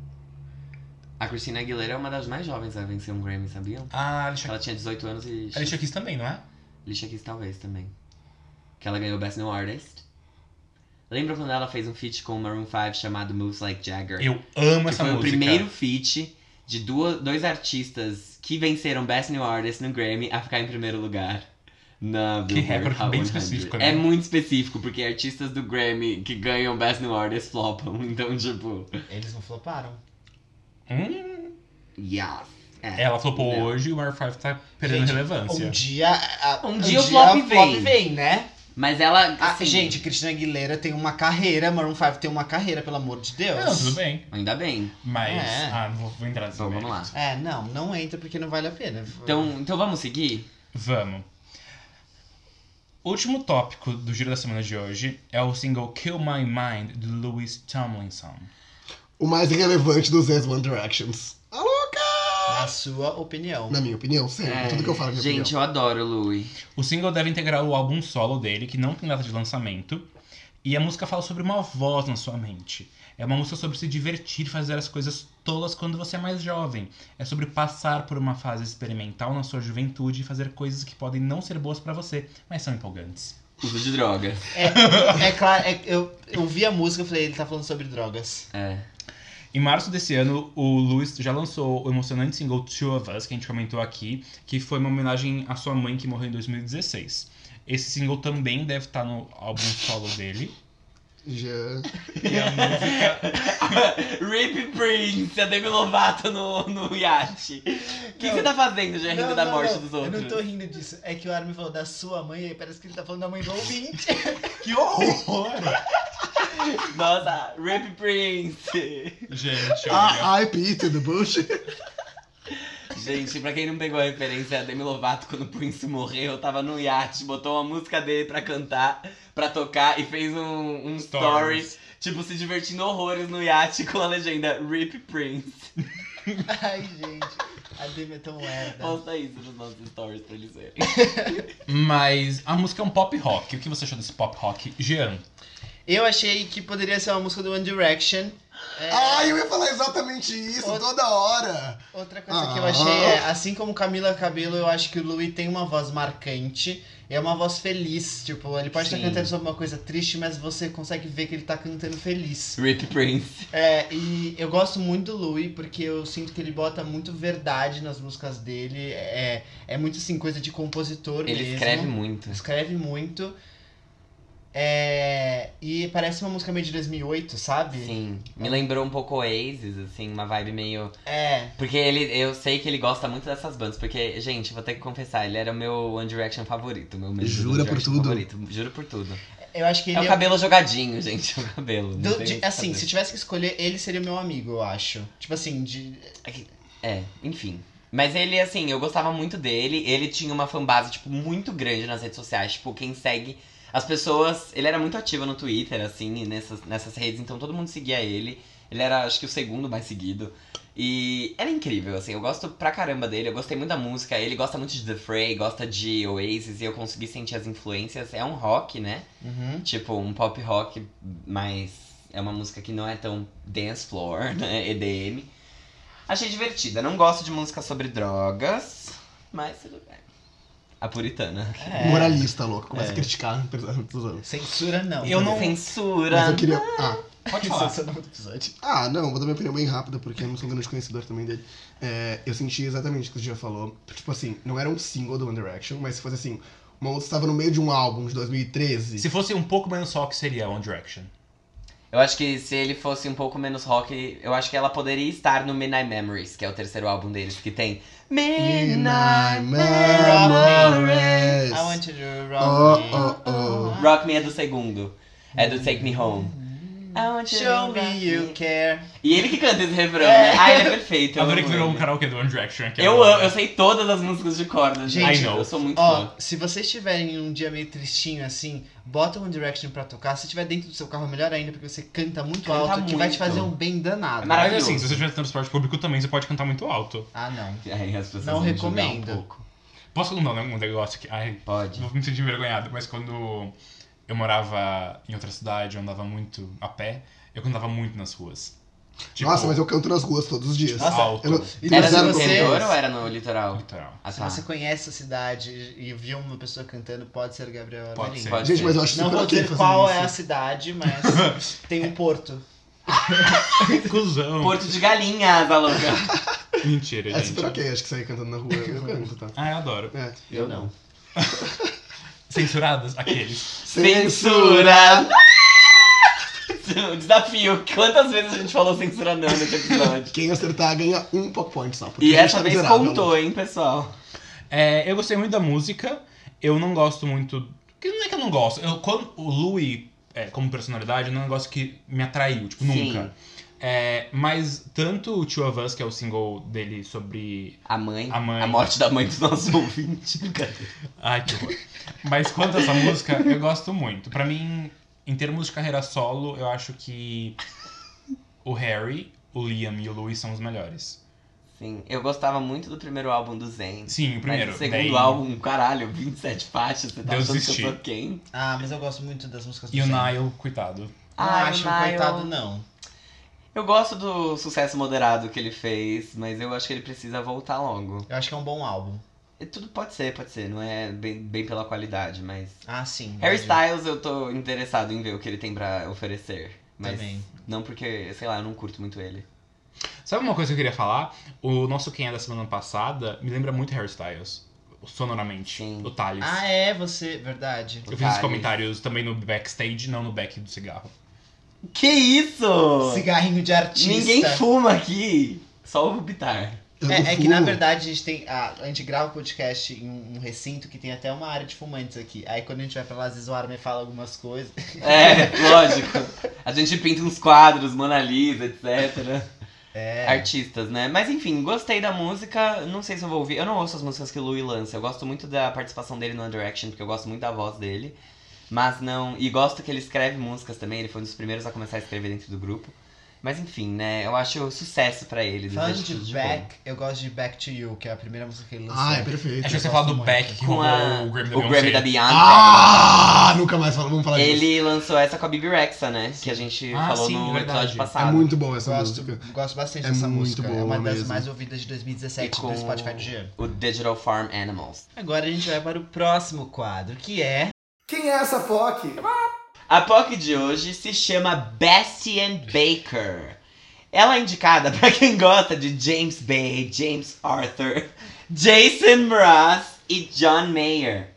A Christina Aguilera é uma das mais jovens a vencer um Grammy, sabiam? Ah, Alicia, Ela tinha 18 anos e. Alicia Keys também, não é? Lixa Kiss talvez também. Que ela ganhou Best New Artist. Lembra quando ela fez um feat com o Maroon 5 chamado Moves Like Jagger? Eu amo que essa foi música. o primeiro feat de duas, dois artistas que venceram Best New Artist no Grammy a ficar em primeiro lugar. Na Que Billboard recorde Hot bem 100. específico, né? É muito específico, porque artistas do Grammy que ganham Best New Artist flopam. [laughs] Então, tipo... Eles não floparam. Hum, Yeah. É. ela flopou Não. hoje e o Maroon 5 tá perdendo Gente, relevância. Um dia, Um a- Um dia o flop vem. né? Mas ela. Ah, assim, gente, Cristina Aguilera tem uma carreira, Maroon 5 tem uma carreira, pelo amor de Deus. Não, tudo bem. Ainda bem. Mas. É. Ah, não vou, vou entrar nesse Então vamos lá. mérito. É, não, não entra porque não vale a pena. Então, então vamos seguir? Vamos. Último tópico do Giro da Semana de hoje é o single Kill My Mind, de Louis Tomlinson. O mais irrelevante dos ex One Directions. A louca! na sua opinião. Na minha opinião, sempre. Tudo que eu falo é minha Gente, opinião. eu adoro o Louis. O single deve integrar o álbum solo dele, que não tem data de lançamento. E a música fala sobre uma voz na sua mente. É uma música sobre se divertir e fazer as coisas tolas quando você é mais jovem. É sobre passar por uma fase experimental na sua juventude e fazer coisas que podem não ser boas pra você, mas são empolgantes. Uso de drogas. É claro, é- eu, eu vi a música e falei, ele tá falando sobre drogas. É. Em março desse ano, o Lewis já lançou o emocionante single Two of Us, que a gente comentou aqui, que foi uma homenagem à sua mãe que morreu em 2016. Esse single também deve estar no álbum solo dele. Já- E a música Rip Prince, a Demi Lovato no, no iate. O que Não. você tá fazendo, já rindo da morte dos outros? Eu não tô rindo disso. É que o Armin falou da sua mãe, aí parece que ele tá falando da mãe do ouvinte. [laughs] Que horror! Nossa, Rip Prince. Gente, olha. Ah, IP, tudo bush. Gente, pra quem não pegou a referência, a Demi Lovato, quando o Prince morreu, tava no iate, botou uma música dele pra cantar, pra tocar, e fez um, um story, Stories. tipo, se divertindo horrores no iate com a legenda Rip Prince. Ai, gente, a Demi é tão merda. Posta isso nos nossos stories pra eles verem. Mas a música é um pop rock. O que você achou desse pop rock, Jean? Eu achei que poderia ser uma música do One Direction. É, Ai, eu ia falar exatamente isso toda hora. Outra coisa que eu Ah. achei é, assim como Camila Cabello, eu acho que o Louis tem uma voz marcante. e É uma voz feliz, tipo, ele pode Sim. estar cantando sobre uma coisa triste, mas você consegue ver que ele tá cantando [laughs] feliz. Rip Prince. É, e eu gosto muito do Louis, porque eu sinto que ele bota muito verdade nas músicas dele. É, é muito assim, coisa de compositor Ele mesmo. escreve muito. Escreve muito. É, e parece uma música meio de 2008, sabe? Sim, me lembrou um pouco Oasis, assim, uma vibe meio. É, Porque ele, eu sei que ele gosta muito dessas bandas, porque, gente, vou ter que confessar, ele era o meu One Direction favorito, meu membro do Jura One por Direction tudo? favorito, juro por tudo. eu acho que ele é o cabelo jogadinho, [laughs] gente, é o cabelo. não Do- tem de- o que assim, fazer. se tivesse que escolher, ele seria meu amigo, eu acho. Tipo assim, de. É, enfim. Mas ele, assim, eu gostava muito dele. Ele tinha uma fanbase, tipo, muito grande nas redes sociais. Tipo, quem segue as pessoas. Ele era muito ativo no Twitter, assim, e nessas, nessas redes, então todo mundo seguia ele. Ele era, acho que, o segundo mais seguido. E era incrível, assim, eu gosto pra caramba dele, eu gostei muito da música. Ele gosta muito de The Fray, gosta de Oasis, e eu consegui sentir as influências. É um rock, né? Uhum. Tipo, um pop rock, mas é uma música que não é tão dance floor, [laughs] né? EDM. Achei divertida. Não gosto de música sobre drogas, mas tudo bem. A puritana. É. Moralista, louca. Começa a criticar pelos pelos anos. Censura não. Eu não- Censura. Mas eu queria. Ah, Pode Esse [laughs] falar. é o nome do episódio. ah, não, vou dar minha opinião bem rápida, porque eu não sou um grande conhecedor também dele. É, eu senti exatamente o que o Gia falou. Tipo assim, não era um single do One Direction, mas se fosse assim, uma outra estava no meio de um álbum de 2013. Se fosse um pouco menos rock, seria One Direction. Eu acho que se ele fosse um pouco menos rock, eu acho que ela poderia estar no Midnight Memories, que é o terceiro álbum deles, que tem. Midnight I Memories. want you to Oh, rock me. oh, oh. Rock Me é do segundo. É do Take Me Home. oh. I want you to Show rock me you care. E ele que canta esse refrão, É. né? Ah, ele é perfeito. eu Adorei que amo virou um ele. karaokê do One Direction. é aqui Eu agora. amo, eu sei todas as músicas de corda, gente. Gente, eu sou muito Ó, fã. se vocês estiverem um dia meio tristinho assim, bota One Direction pra tocar. Se estiver dentro do seu carro, é melhor ainda, porque você canta muito Canta alto, que vai muito. te fazer um bem danado. É Mas maravilhoso. assim, se você tiver transporte público também, você pode cantar muito alto. Ah, não. Ai, as pessoas Não vão me julgar recomendo. tá Um pouco. Posso contar um um negócio que. Ai, Pode. vou me sentir envergonhado, mas quando eu morava em outra cidade, eu andava muito a pé, eu cantava muito nas ruas. Tipo, Nossa, mas eu canto nas ruas todos os dias. Nossa, alto. Eu não- e Era não se no fizeram você- como- interior ou era no litoral? Literal. Ah, Se tá. você conhece a cidade e viu uma pessoa cantando, pode ser Gabriel Pode Armelin. ser. Pode Gente, ser. mas eu acho Não super vou ok dizer fazer qual isso. é a cidade, [laughs] mas tem um porto. [laughs] Cusão. Porto de Galinhas, a louca. Mentira, É gente. super ok, acho que sair cantando na rua eu canto, tá? Ah, eu adoro. É. [laughs] Eu não. Censuradas? Aqueles. Censura! [laughs] Desafio. Quantas vezes a gente falou censura não nesse episódio? Quem acertar ganha um pop point só. porque E a gente essa tá vez miserável. contou, hein, pessoal? É, eu gostei muito da música. Eu não gosto muito Que não é que eu não gosto. Eu, quando, o Louis, é, como personalidade, não é um negócio que me atraiu, tipo, Sim. nunca. É, mas tanto o Two of Us, que é o single dele sobre A mãe, A mãe. morte da mãe dos nossos [laughs] ouvintes. Brincadeira. Ai, que [laughs] horror. Mas quanto a essa música, eu gosto muito. Pra mim, em termos de carreira solo, eu acho que o Harry, o Liam e o Louis são os melhores. Sim, eu gostava muito do primeiro álbum do Zen. Sim, o mas primeiro. o segundo bem- álbum, caralho, 27 faixas, você tá Deus achando que existe. eu sou quem? Ah, mas eu gosto muito das músicas do E o Zen. Nile, coitado. Não Ai, Ah, o Ah, acho, um Nile. coitado, não. Eu gosto do sucesso moderado que ele fez, mas eu acho que ele precisa voltar logo. Eu acho que é um bom álbum. E tudo pode ser, pode ser, não é bem, bem pela qualidade, mas. Ah, sim. Harry verdade. Styles eu tô interessado em ver o que ele tem pra oferecer. Mas Também. não porque, sei lá, eu não curto muito ele. Sabe uma coisa que eu queria falar? O nosso quem é da semana passada me lembra muito Harry Styles, sonoramente. Sim. O Thales. Ah, é, você. Verdade. Eu fiz Thales. os comentários também no backstage, não no back do cigarro. Que isso? Cigarrinho de artista. Ninguém fuma aqui! Só o [laughs] Bitar. Eu não É, é que na fumo. verdade a gente tem. A, a gente grava o podcast em um, um recinto que tem até uma área de fumantes aqui. Aí quando a gente vai pra lá, às vezes o Armin fala algumas coisas. É, lógico. A gente pinta uns quadros, Mona Lisa, etc. É. Artistas, né? Mas enfim, gostei da música. Não sei se eu vou ouvir. Eu não ouço as músicas que o Louis lança. Eu gosto muito da participação dele no One Direction, porque eu gosto muito da voz dele. Mas não. E gosto que ele escreve músicas também. Ele foi um dos primeiros a começar a escrever dentro do grupo. Mas enfim, né? Eu acho sucesso pra ele. Falando desejo de tudo de bom. Back, eu gosto de Back to You, que é a primeira música que ele lançou. Ah, é perfeito. Acho que você Eu fala gosto do muito. back que Com roubou a... o Grammy da o Grammy Beyoncé. da Beyoncé. Ah! Nunca mais fala, vamos falar disso. Ele lançou essa com a Bibi Rexa, né? Que a gente Ah, falou sim, no verdade. episódio É passado. muito boa essa Gosto, música. gosto bastante É dessa muito música. é boa uma das mesmo. mais ouvidas de 2017 E com do Spotify do Jean. O Digital Farm Animals. Agora a gente vai para o próximo quadro, que é. Quem é essa POC? A POC de hoje se chama Bastian Baker. Ela é indicada pra quem gosta de James Bay, James Arthur, Jason Mraz e John Mayer.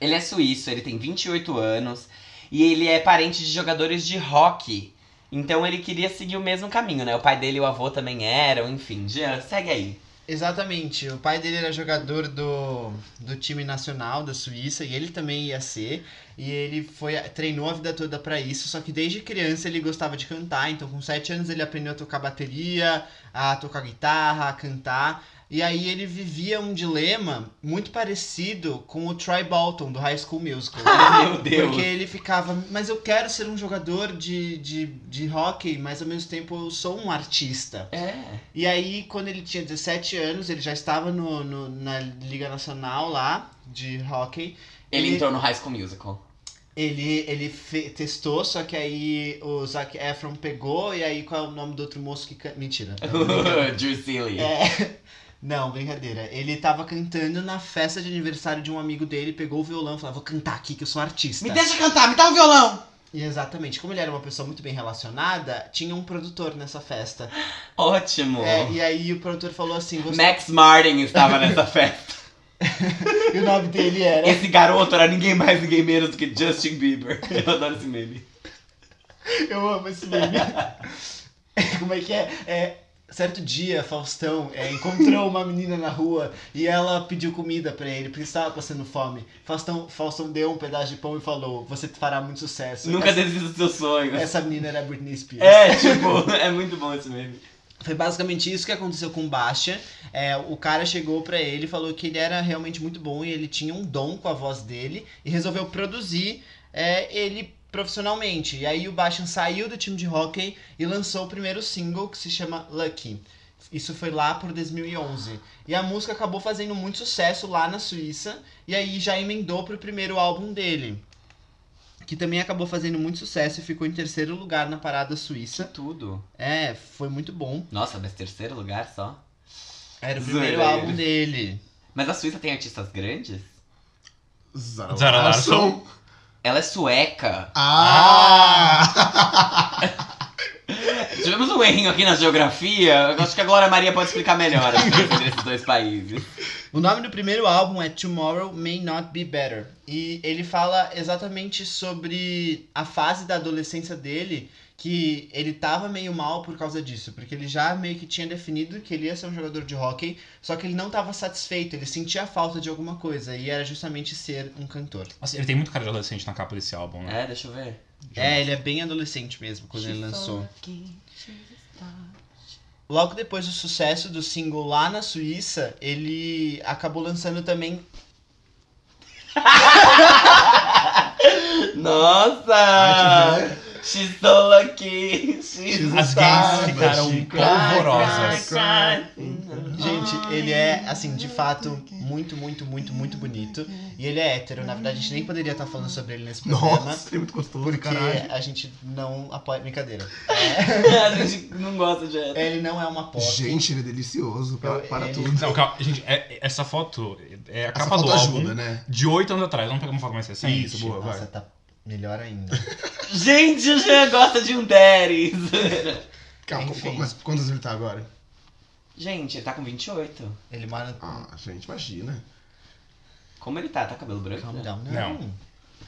Ele é suíço, ele tem 28 anos e ele é parente de jogadores de hockey. Então ele queria seguir o mesmo caminho, né? O pai dele e o avô também eram, enfim. Jean, segue [laughs] aí. Exatamente, o pai dele era jogador do, do time nacional da Suíça e ele também ia ser. E ele foi treinou a vida toda pra isso, só que desde criança ele gostava de cantar, então com 7 anos ele aprendeu a tocar bateria, a tocar guitarra, a cantar. E aí ele vivia um dilema muito parecido com o Troy Bolton do High School [laughs] Musical. meu Deus. Porque ele ficava, mas eu quero ser um jogador de, de, de hockey, mas ao mesmo tempo eu sou um artista. É. E aí, quando ele tinha 17 anos, ele já estava no, no- na Liga Nacional lá, de hockey. Ele Ele- entrou no High School Musical. Ele, ele fe- testou, só que aí o Zac Efron pegou, e aí qual é o nome do outro moço que... can- Mentira. tô [laughs] brincando. Drew Seeley. É. Não, brincadeira. Ele tava cantando na festa de aniversário de um amigo dele, pegou o violão e falou, "Ah, vou cantar aqui que eu sou artista. Me deixa cantar, me dá um violão! E exatamente, como ele era uma pessoa muito bem relacionada, tinha um produtor nessa festa. Ótimo! É, e aí o produtor falou assim, você... Max Martin estava nessa festa. E o nome dele era... Esse garoto era ninguém mais, ninguém menos do que Justin Bieber. [laughs] Eu adoro esse meme. Eu amo esse meme. [laughs] Como é que é? É, certo dia, Faustão é, encontrou uma menina na rua e ela pediu comida pra ele, porque estava passando fome. Faustão, Faustão deu um pedaço de pão e falou: Você fará muito sucesso. Nunca desista dos seus sonhos. Essa menina era Britney Spears. É, tipo, [laughs] é muito bom esse meme. Foi basicamente isso que aconteceu com o Bastia. É, o cara chegou pra ele, falou que ele era realmente muito bom e ele tinha um dom com a voz dele e resolveu produzir é, ele profissionalmente. E aí o Bastian saiu do time de hockey e lançou o primeiro single que se chama Lucky. Isso foi lá por 2011. E a música acabou fazendo muito sucesso lá na Suíça e aí já emendou pro primeiro álbum dele. Que também acabou fazendo muito sucesso e ficou em terceiro lugar na parada suíça. Tudo. É, foi muito bom. Nossa, mas terceiro lugar só. Era o Zoeira primeiro ele. álbum dele. Mas a Suíça tem artistas grandes? Zara Zara Larsson. Ela é sueca. Ah! Tivemos um errinho aqui na geografia. Eu acho que a Glória Maria pode explicar melhor a diferença entre esses dois países. O nome do primeiro álbum é Tomorrow May Not Be Better. E ele fala exatamente sobre a fase da adolescência dele, que ele tava meio mal por causa disso, porque ele já meio que tinha definido que ele ia ser um jogador de hóquei, só que ele não tava satisfeito, ele sentia falta de alguma coisa, e era justamente ser um cantor. Nossa, ele tem muito cara de adolescente na capa desse álbum, né? É, deixa eu ver. É, ele é bem adolescente mesmo quando ele lançou. Logo depois do sucesso do single lá na Suíça, ele acabou lançando também. Ah! Nossa! She's so lucky! She's As Tá, gays so- ficaram polvorosas. Gente, ele é, assim, de fato, muito, muito, muito, muito bonito. E ele é hétero. Na verdade, a gente nem poderia estar falando sobre ele nesse programa. Nossa, é muito gostoso, porque caralho. a gente não apoia. Brincadeira. [laughs] A gente não gosta de hétero. Ele não é uma pop. Gente, ele é delicioso pra, Eu- para ele- tudo. Não, calma, gente, é- é- essa foto é a Essa capa do foto álbum ajuda, né? de oito anos atrás. Vamos pegar uma foto mais recente. Isso, boa, Nossa, vai. tá melhor ainda. Gente, o Jean gosta de um Deres. Calma, Enfim. mas quantos ele tá agora? [laughs] Gente, ele tá com 28. Ele mora. [laughs] Ah, gente, imagina. Como ele tá? Tá com cabelo branco? Calm né? down. Não. é Não.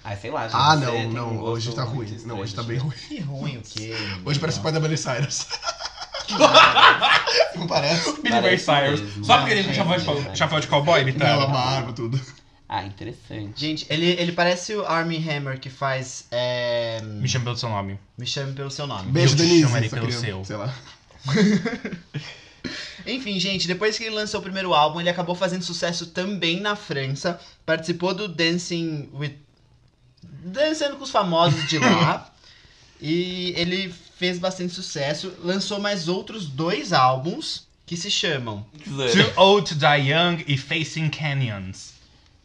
Ah, sei lá, gente. Ah, você tem não, um não. gosto Hoje tá muito ruim. estranho, Não, hoje tá gente. bem ruim. Que ruim o quê? [laughs] Hoje parece o pai da Miley Cyrus. Não um parece? Billy Ray Parece Cyrus. mesmo. Só porque ele Não, tem chapéu de, gente, cow- não. chapéu de cowboy, ele Não, tá. é uma arma, tudo. Ah, interessante. Gente, ele, ele parece o Army Hammer que faz. é, Me chama pelo seu nome. Me chame pelo seu nome. Beijo, Eu te Denise. chamarei só pelo queria- seu. Sei lá. Enfim, gente, depois que ele lançou o primeiro álbum, ele acabou fazendo sucesso também na França. Participou do Dancing with. Dançando com os famosos de lá. e ele fez bastante sucesso. Lançou mais outros dois álbuns que se chamam. Que zoeira. Too Old to Die Young e Facing Canyons.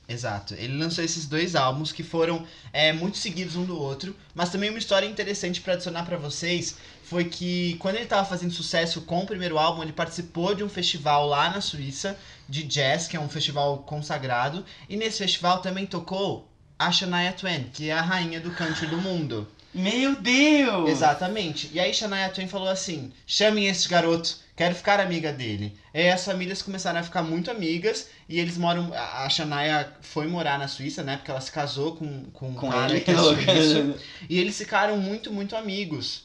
Exato. Ele lançou esses dois álbuns que foram é, muito seguidos um do outro, mas também uma história interessante pra adicionar pra vocês foi que quando ele tava fazendo sucesso com o primeiro álbum, ele participou de um festival lá na Suíça de jazz, que é um festival consagrado, e nesse festival também tocou a Shania Twain, que é a rainha do country do mundo. Meu Deus! Exatamente. E aí Shania Twain falou assim: chamem esse garoto, quero ficar amiga dele. E aí as famílias começaram a ficar muito amigas e eles moram. A a Shania foi morar na Suíça, né? Porque ela se casou com, com, um Com cara [laughs] ele, que é louca. suíço. E eles ficaram muito, muito amigos.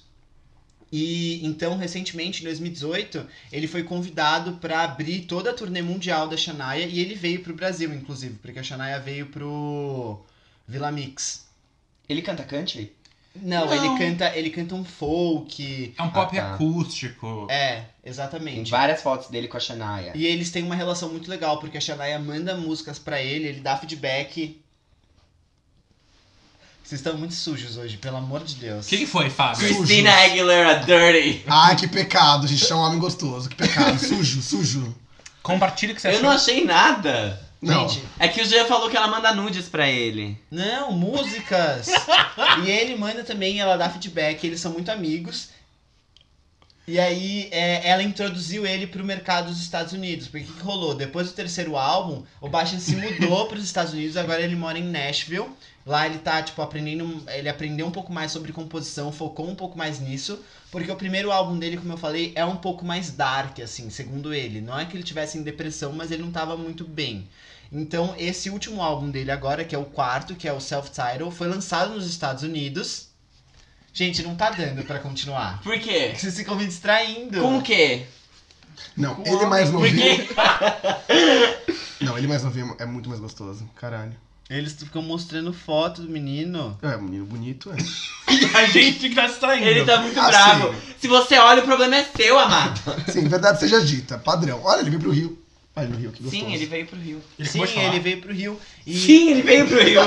E então, recentemente, em 2018, ele foi convidado pra abrir toda a turnê mundial da Shania e ele veio pro Brasil, inclusive, porque a Shania veio pro Vila Mix. Ele canta country? Não, Não. ele canta, ele canta um folk. É um pop Ah, tá. acústico. É, Tem exatamente. várias fotos dele com a Shania. E eles têm uma relação muito legal, porque a Shania manda músicas pra ele, ele dá feedback. Vocês estão muito sujos hoje, pelo amor de Deus. Quem foi, Fábio? Sim. Christina sujos. Aguilera Dirty. Ai, que pecado, gente. Isso é um homem gostoso. Que pecado. Sujo, sujo. Compartilha o que você Eu achou. não achei nada. Não. Gente, É que o Jean falou que ela manda nudes pra ele. não, músicas! e ele manda também, ela dá feedback, eles são muito amigos. E aí, é, ela introduziu ele pro mercado dos Estados Unidos. Porque o que que rolou? Depois do terceiro álbum, o Bastian se mudou pros Estados Unidos, agora ele mora em Nashville. Lá ele tá, tipo, aprendendo. Ele aprendeu um pouco mais sobre composição, focou um pouco mais nisso. Porque o primeiro álbum dele, como eu falei, é um pouco mais dark, assim, segundo ele. Não é que ele tivesse em depressão, mas ele não tava muito bem. Então, esse último álbum dele agora, que é o quarto, que é o Self-Title, foi lançado nos Estados Unidos. Gente, não tá dando pra continuar. É Por quê? Vocês ficam me distraindo. Com o quê? Não, ele é mais Por novinho. quê? Não, ele mais novinho é muito mais gostoso. Caralho. Eles ficam mostrando foto do menino. É, menino bonito, é. [laughs] A gente que tá saindo. Ele tá muito Assim. bravo. Se você olha, o problema é seu, amado. [laughs] Sim, verdade seja dita. Padrão. Olha, ele veio pro Rio. Olha ele no Rio, que gostoso. Sim, ele veio pro Rio. Ele Sim, acabou de falar. ele veio pro Rio e, Sim, ele veio pro [laughs] Rio.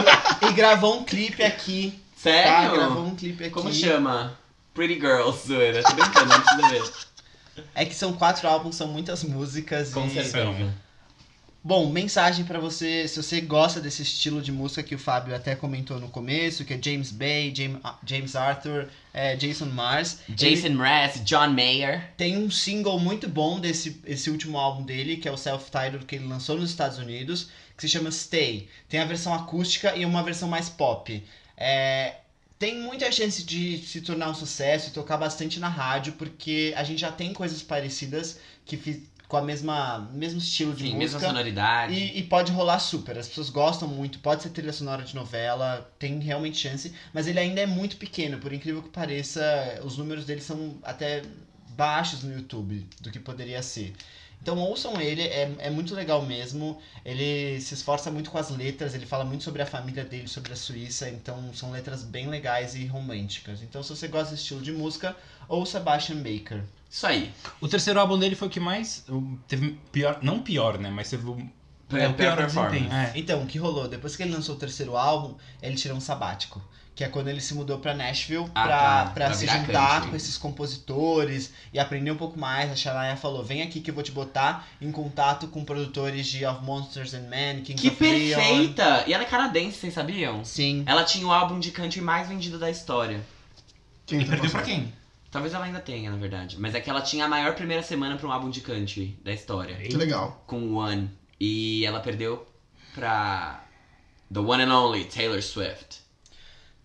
e gravou um clipe aqui. Tá, gravou Sério? um clipe aqui. Como chama? Pretty Girls, zoeira. Tô brincando, não precisa [laughs] ver. É que são quatro álbuns, são muitas músicas. Com e- certeza. Bom, mensagem pra você, se você gosta desse estilo de música que o Fábio até comentou no começo, que é James Bay, James, James Arthur, eh, Jason Mars. Ele Jason Mraz, John Mayer. tem um single muito bom desse esse último álbum dele, que é o self-titled que ele lançou nos Estados Unidos, que se chama Stay. Tem a versão acústica e uma versão mais pop. É, tem muita chance de se tornar um sucesso e tocar bastante na rádio, porque a gente já tem coisas parecidas que fi- com a mesma mesmo estilo de Enfim, mesma música. sonoridade. E, e pode rolar super. As pessoas gostam muito, pode ser trilha sonora de novela, tem realmente chance, mas ele ainda é muito pequeno, por incrível que pareça, os números dele são até baixos no YouTube do que poderia ser. Então ouçam ele, é, é muito legal mesmo. Ele se esforça muito com as letras, ele fala muito sobre a família dele, sobre a Suíça, então são letras bem legais e românticas. Então se você gosta desse estilo de música, ouça Sebastian Baker. Isso aí. O terceiro álbum dele foi o que mais. o- Teve pior. Não pior, né? Mas teve o. É, o pior performance. desempenho, é. Então, o que rolou? Depois que ele lançou o terceiro álbum, ele tirou um sabático. Que é quando ele se mudou pra Nashville Ah, pra, tá. pra Pra se virar juntar country. com esses compositores e aprender um pouco mais. A Shania falou: vem aqui que eu vou te botar em contato com produtores de Of Monsters and Men, King Que of Leon." perfeita! E ela é canadense, vocês sabiam? Sim. Ela tinha o álbum de country mais vendido da história. Quem E tá perdeu passando? pra quem? Talvez ela ainda tenha, na verdade. Mas é que ela tinha a maior primeira semana pra um álbum de country da história. É. Que legal. Com One. E ela perdeu pra The One and Only Taylor Swift.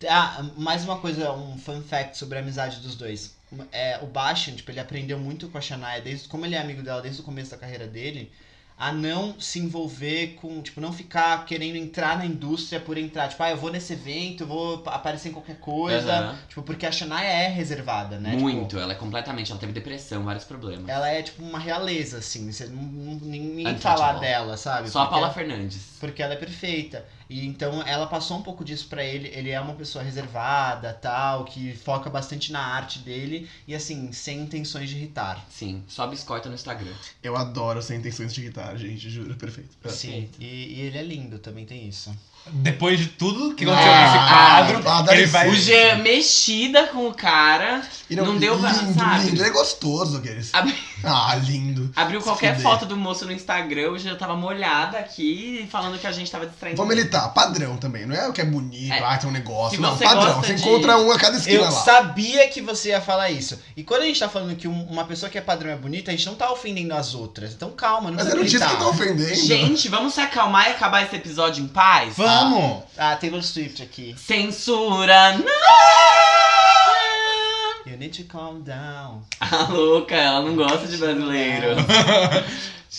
Ah, mais uma coisa, um fun fact sobre a amizade dos dois. É, o Bastian, tipo, ele aprendeu muito com a Shania, desde, como ele é amigo dela desde o começo da carreira dele, a não se envolver com, tipo, não ficar querendo entrar na indústria por entrar. Tipo, ah, eu vou nesse evento, eu vou pa- aparecer em qualquer coisa. Aham. Tipo, porque a Shania é reservada, né? Muito, Tipo, ela é completamente. Ela teve depressão, vários problemas. ela é, tipo, uma realeza, assim. Você não, não, ninguém Untouchable. falar dela, sabe? Só a Porque Paula Fernandes. porque ela é perfeita. E então ela passou um pouco disso pra ele. Ele é uma pessoa reservada, tal, que foca bastante na arte dele e assim, sem intenções de irritar. Sim, só biscoita no Instagram. Eu adoro sem intenções de guitarra, gente, juro, perfeito. Sim. E, e ele é lindo, também tem isso. Depois de tudo que Ah, aconteceu nesse quadro, ah, dá ele vai. O Jean mexida com o cara. E Não deu pra- lindo, sabe? lindo, ele é gostoso aqueles. Ab- Ah, lindo. Abriu Se qualquer fuder. foto do moço no Instagram, o Jean tava molhada aqui, falando que a gente tava distraindo. Vamos ele. militar, padrão também, não é o que é bonito, É. ah, tem um negócio. Se Não, você padrão, gosta você de- encontra um a cada esquina Eu lá. sabia que você ia falar isso. E quando a gente tá falando que um- uma pessoa que é padrão é bonita, a gente não tá ofendendo as outras. Então calma, não Mas eu precisa não disse que gritar. tá ofendendo. Gente, vamos se acalmar e acabar esse episódio em paz? Vamos! Ah, Taylor Swift aqui. Censura, não! You need to calm down. [laughs] A louca, ela não gosta de brasileiro.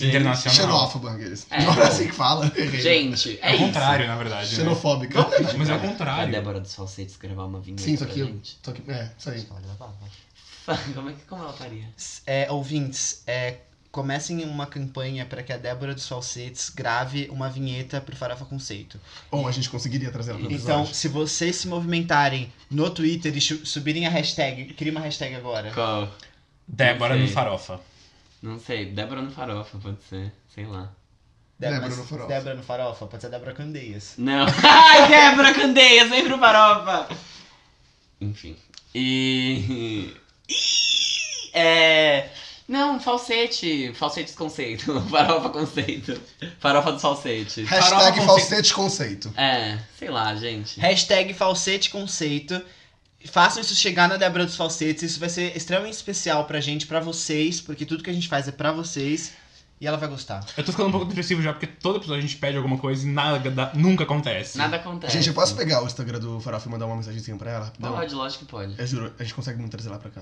Internacional. Xenófoba, aqueles. É, não bom. é assim que fala. errei. Gente, É é o isso. contrário, na verdade. né? Xenofóbica. Vamos pedir Mas é pra- o pra contrário. Débora dos Falsetes gravar uma vinheta Sim, isso pra aqui. gente. Só que- É, isso aí. Como é que como ela faria? É, ouvintes, é, comecem uma campanha para que a Débora dos Falsetes grave uma vinheta pro Farofa Conceito. Ou a gente conseguiria trazer ela pro Então, episódio. se vocês se movimentarem no Twitter e chu- subirem a hashtag, cria uma hashtag agora. Qual? Débora Não no sei. farofa. Não sei, Débora no farofa, pode ser, sei lá. Débora, Débora mas- no Farofa. Débora no Farofa, pode ser Débora Candeias. Não. [laughs] Ai, Débora Candeias, vem pro farofa! Enfim. E. Ih, É. Não, falsete. Falsetes conceito. [laughs] Farofa conceito. Farofa dos falsetes. Hashtag Farofa falsete conceito. É, sei lá, gente. Hashtag falsete conceito. Façam isso chegar na Débora dos Falsetes. Isso vai ser extremamente especial pra gente, pra vocês, porque tudo que a gente faz é pra vocês. E ela vai gostar. Eu tô ficando um pouco depressivo já, porque todo episódio a gente pede alguma coisa e nada, da- nunca acontece. Nada acontece. Gente, eu posso pegar o Instagram do Farofa e mandar uma mensagenzinha pra ela? rapidão? É. Pode, lógico que pode. Eu juro, a gente consegue muito trazer ela pra cá.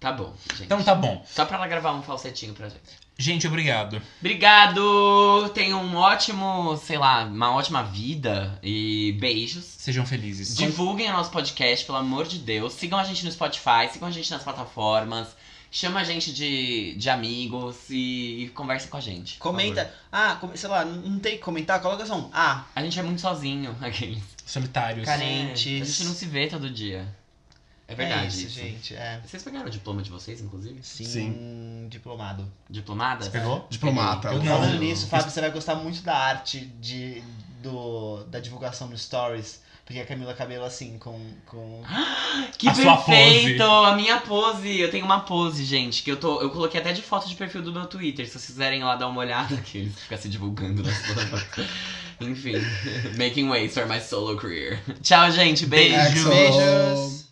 Tá bom, gente. Então tá bom. Só pra ela gravar um falsetinho pra gente. Gente, obrigado. Obrigado! Tenham um ótimo, sei lá, uma ótima vida e beijos. Sejam felizes. Divulguem o nosso podcast, pelo amor de Deus. Sigam a gente no Spotify, sigam a gente nas plataformas. Chama a gente de, de amigos e, e conversa com a gente. por Comenta. favor. Ah, com- sei lá, não tem que comentar? Coloca só um. Ah, A gente é muito sozinho, [laughs] aqueles. Solitários. Cara, Carentes. É, a gente não se vê todo dia. É verdade. É isso, isso. gente. É. Vocês pegaram o diploma de vocês, inclusive? Sim, diplomado. Diplomada? Você pegou? Diplomata. Eu o não. Falando nisso, Fábio, você vai gostar muito da arte de, do, da divulgação dos stories. Porque a Camila Cabelo, assim, com. com... Que A sua perfeito! A minha pose! Eu tenho uma pose, gente, que eu tô. Eu coloquei até de foto de perfil do meu Twitter. Se vocês quiserem lá dar uma olhada, [laughs] que eles ficam se divulgando nas [laughs] plataformas. Enfim. Making ways for my solo career. Tchau, gente. Beijo. Axel. Beijos!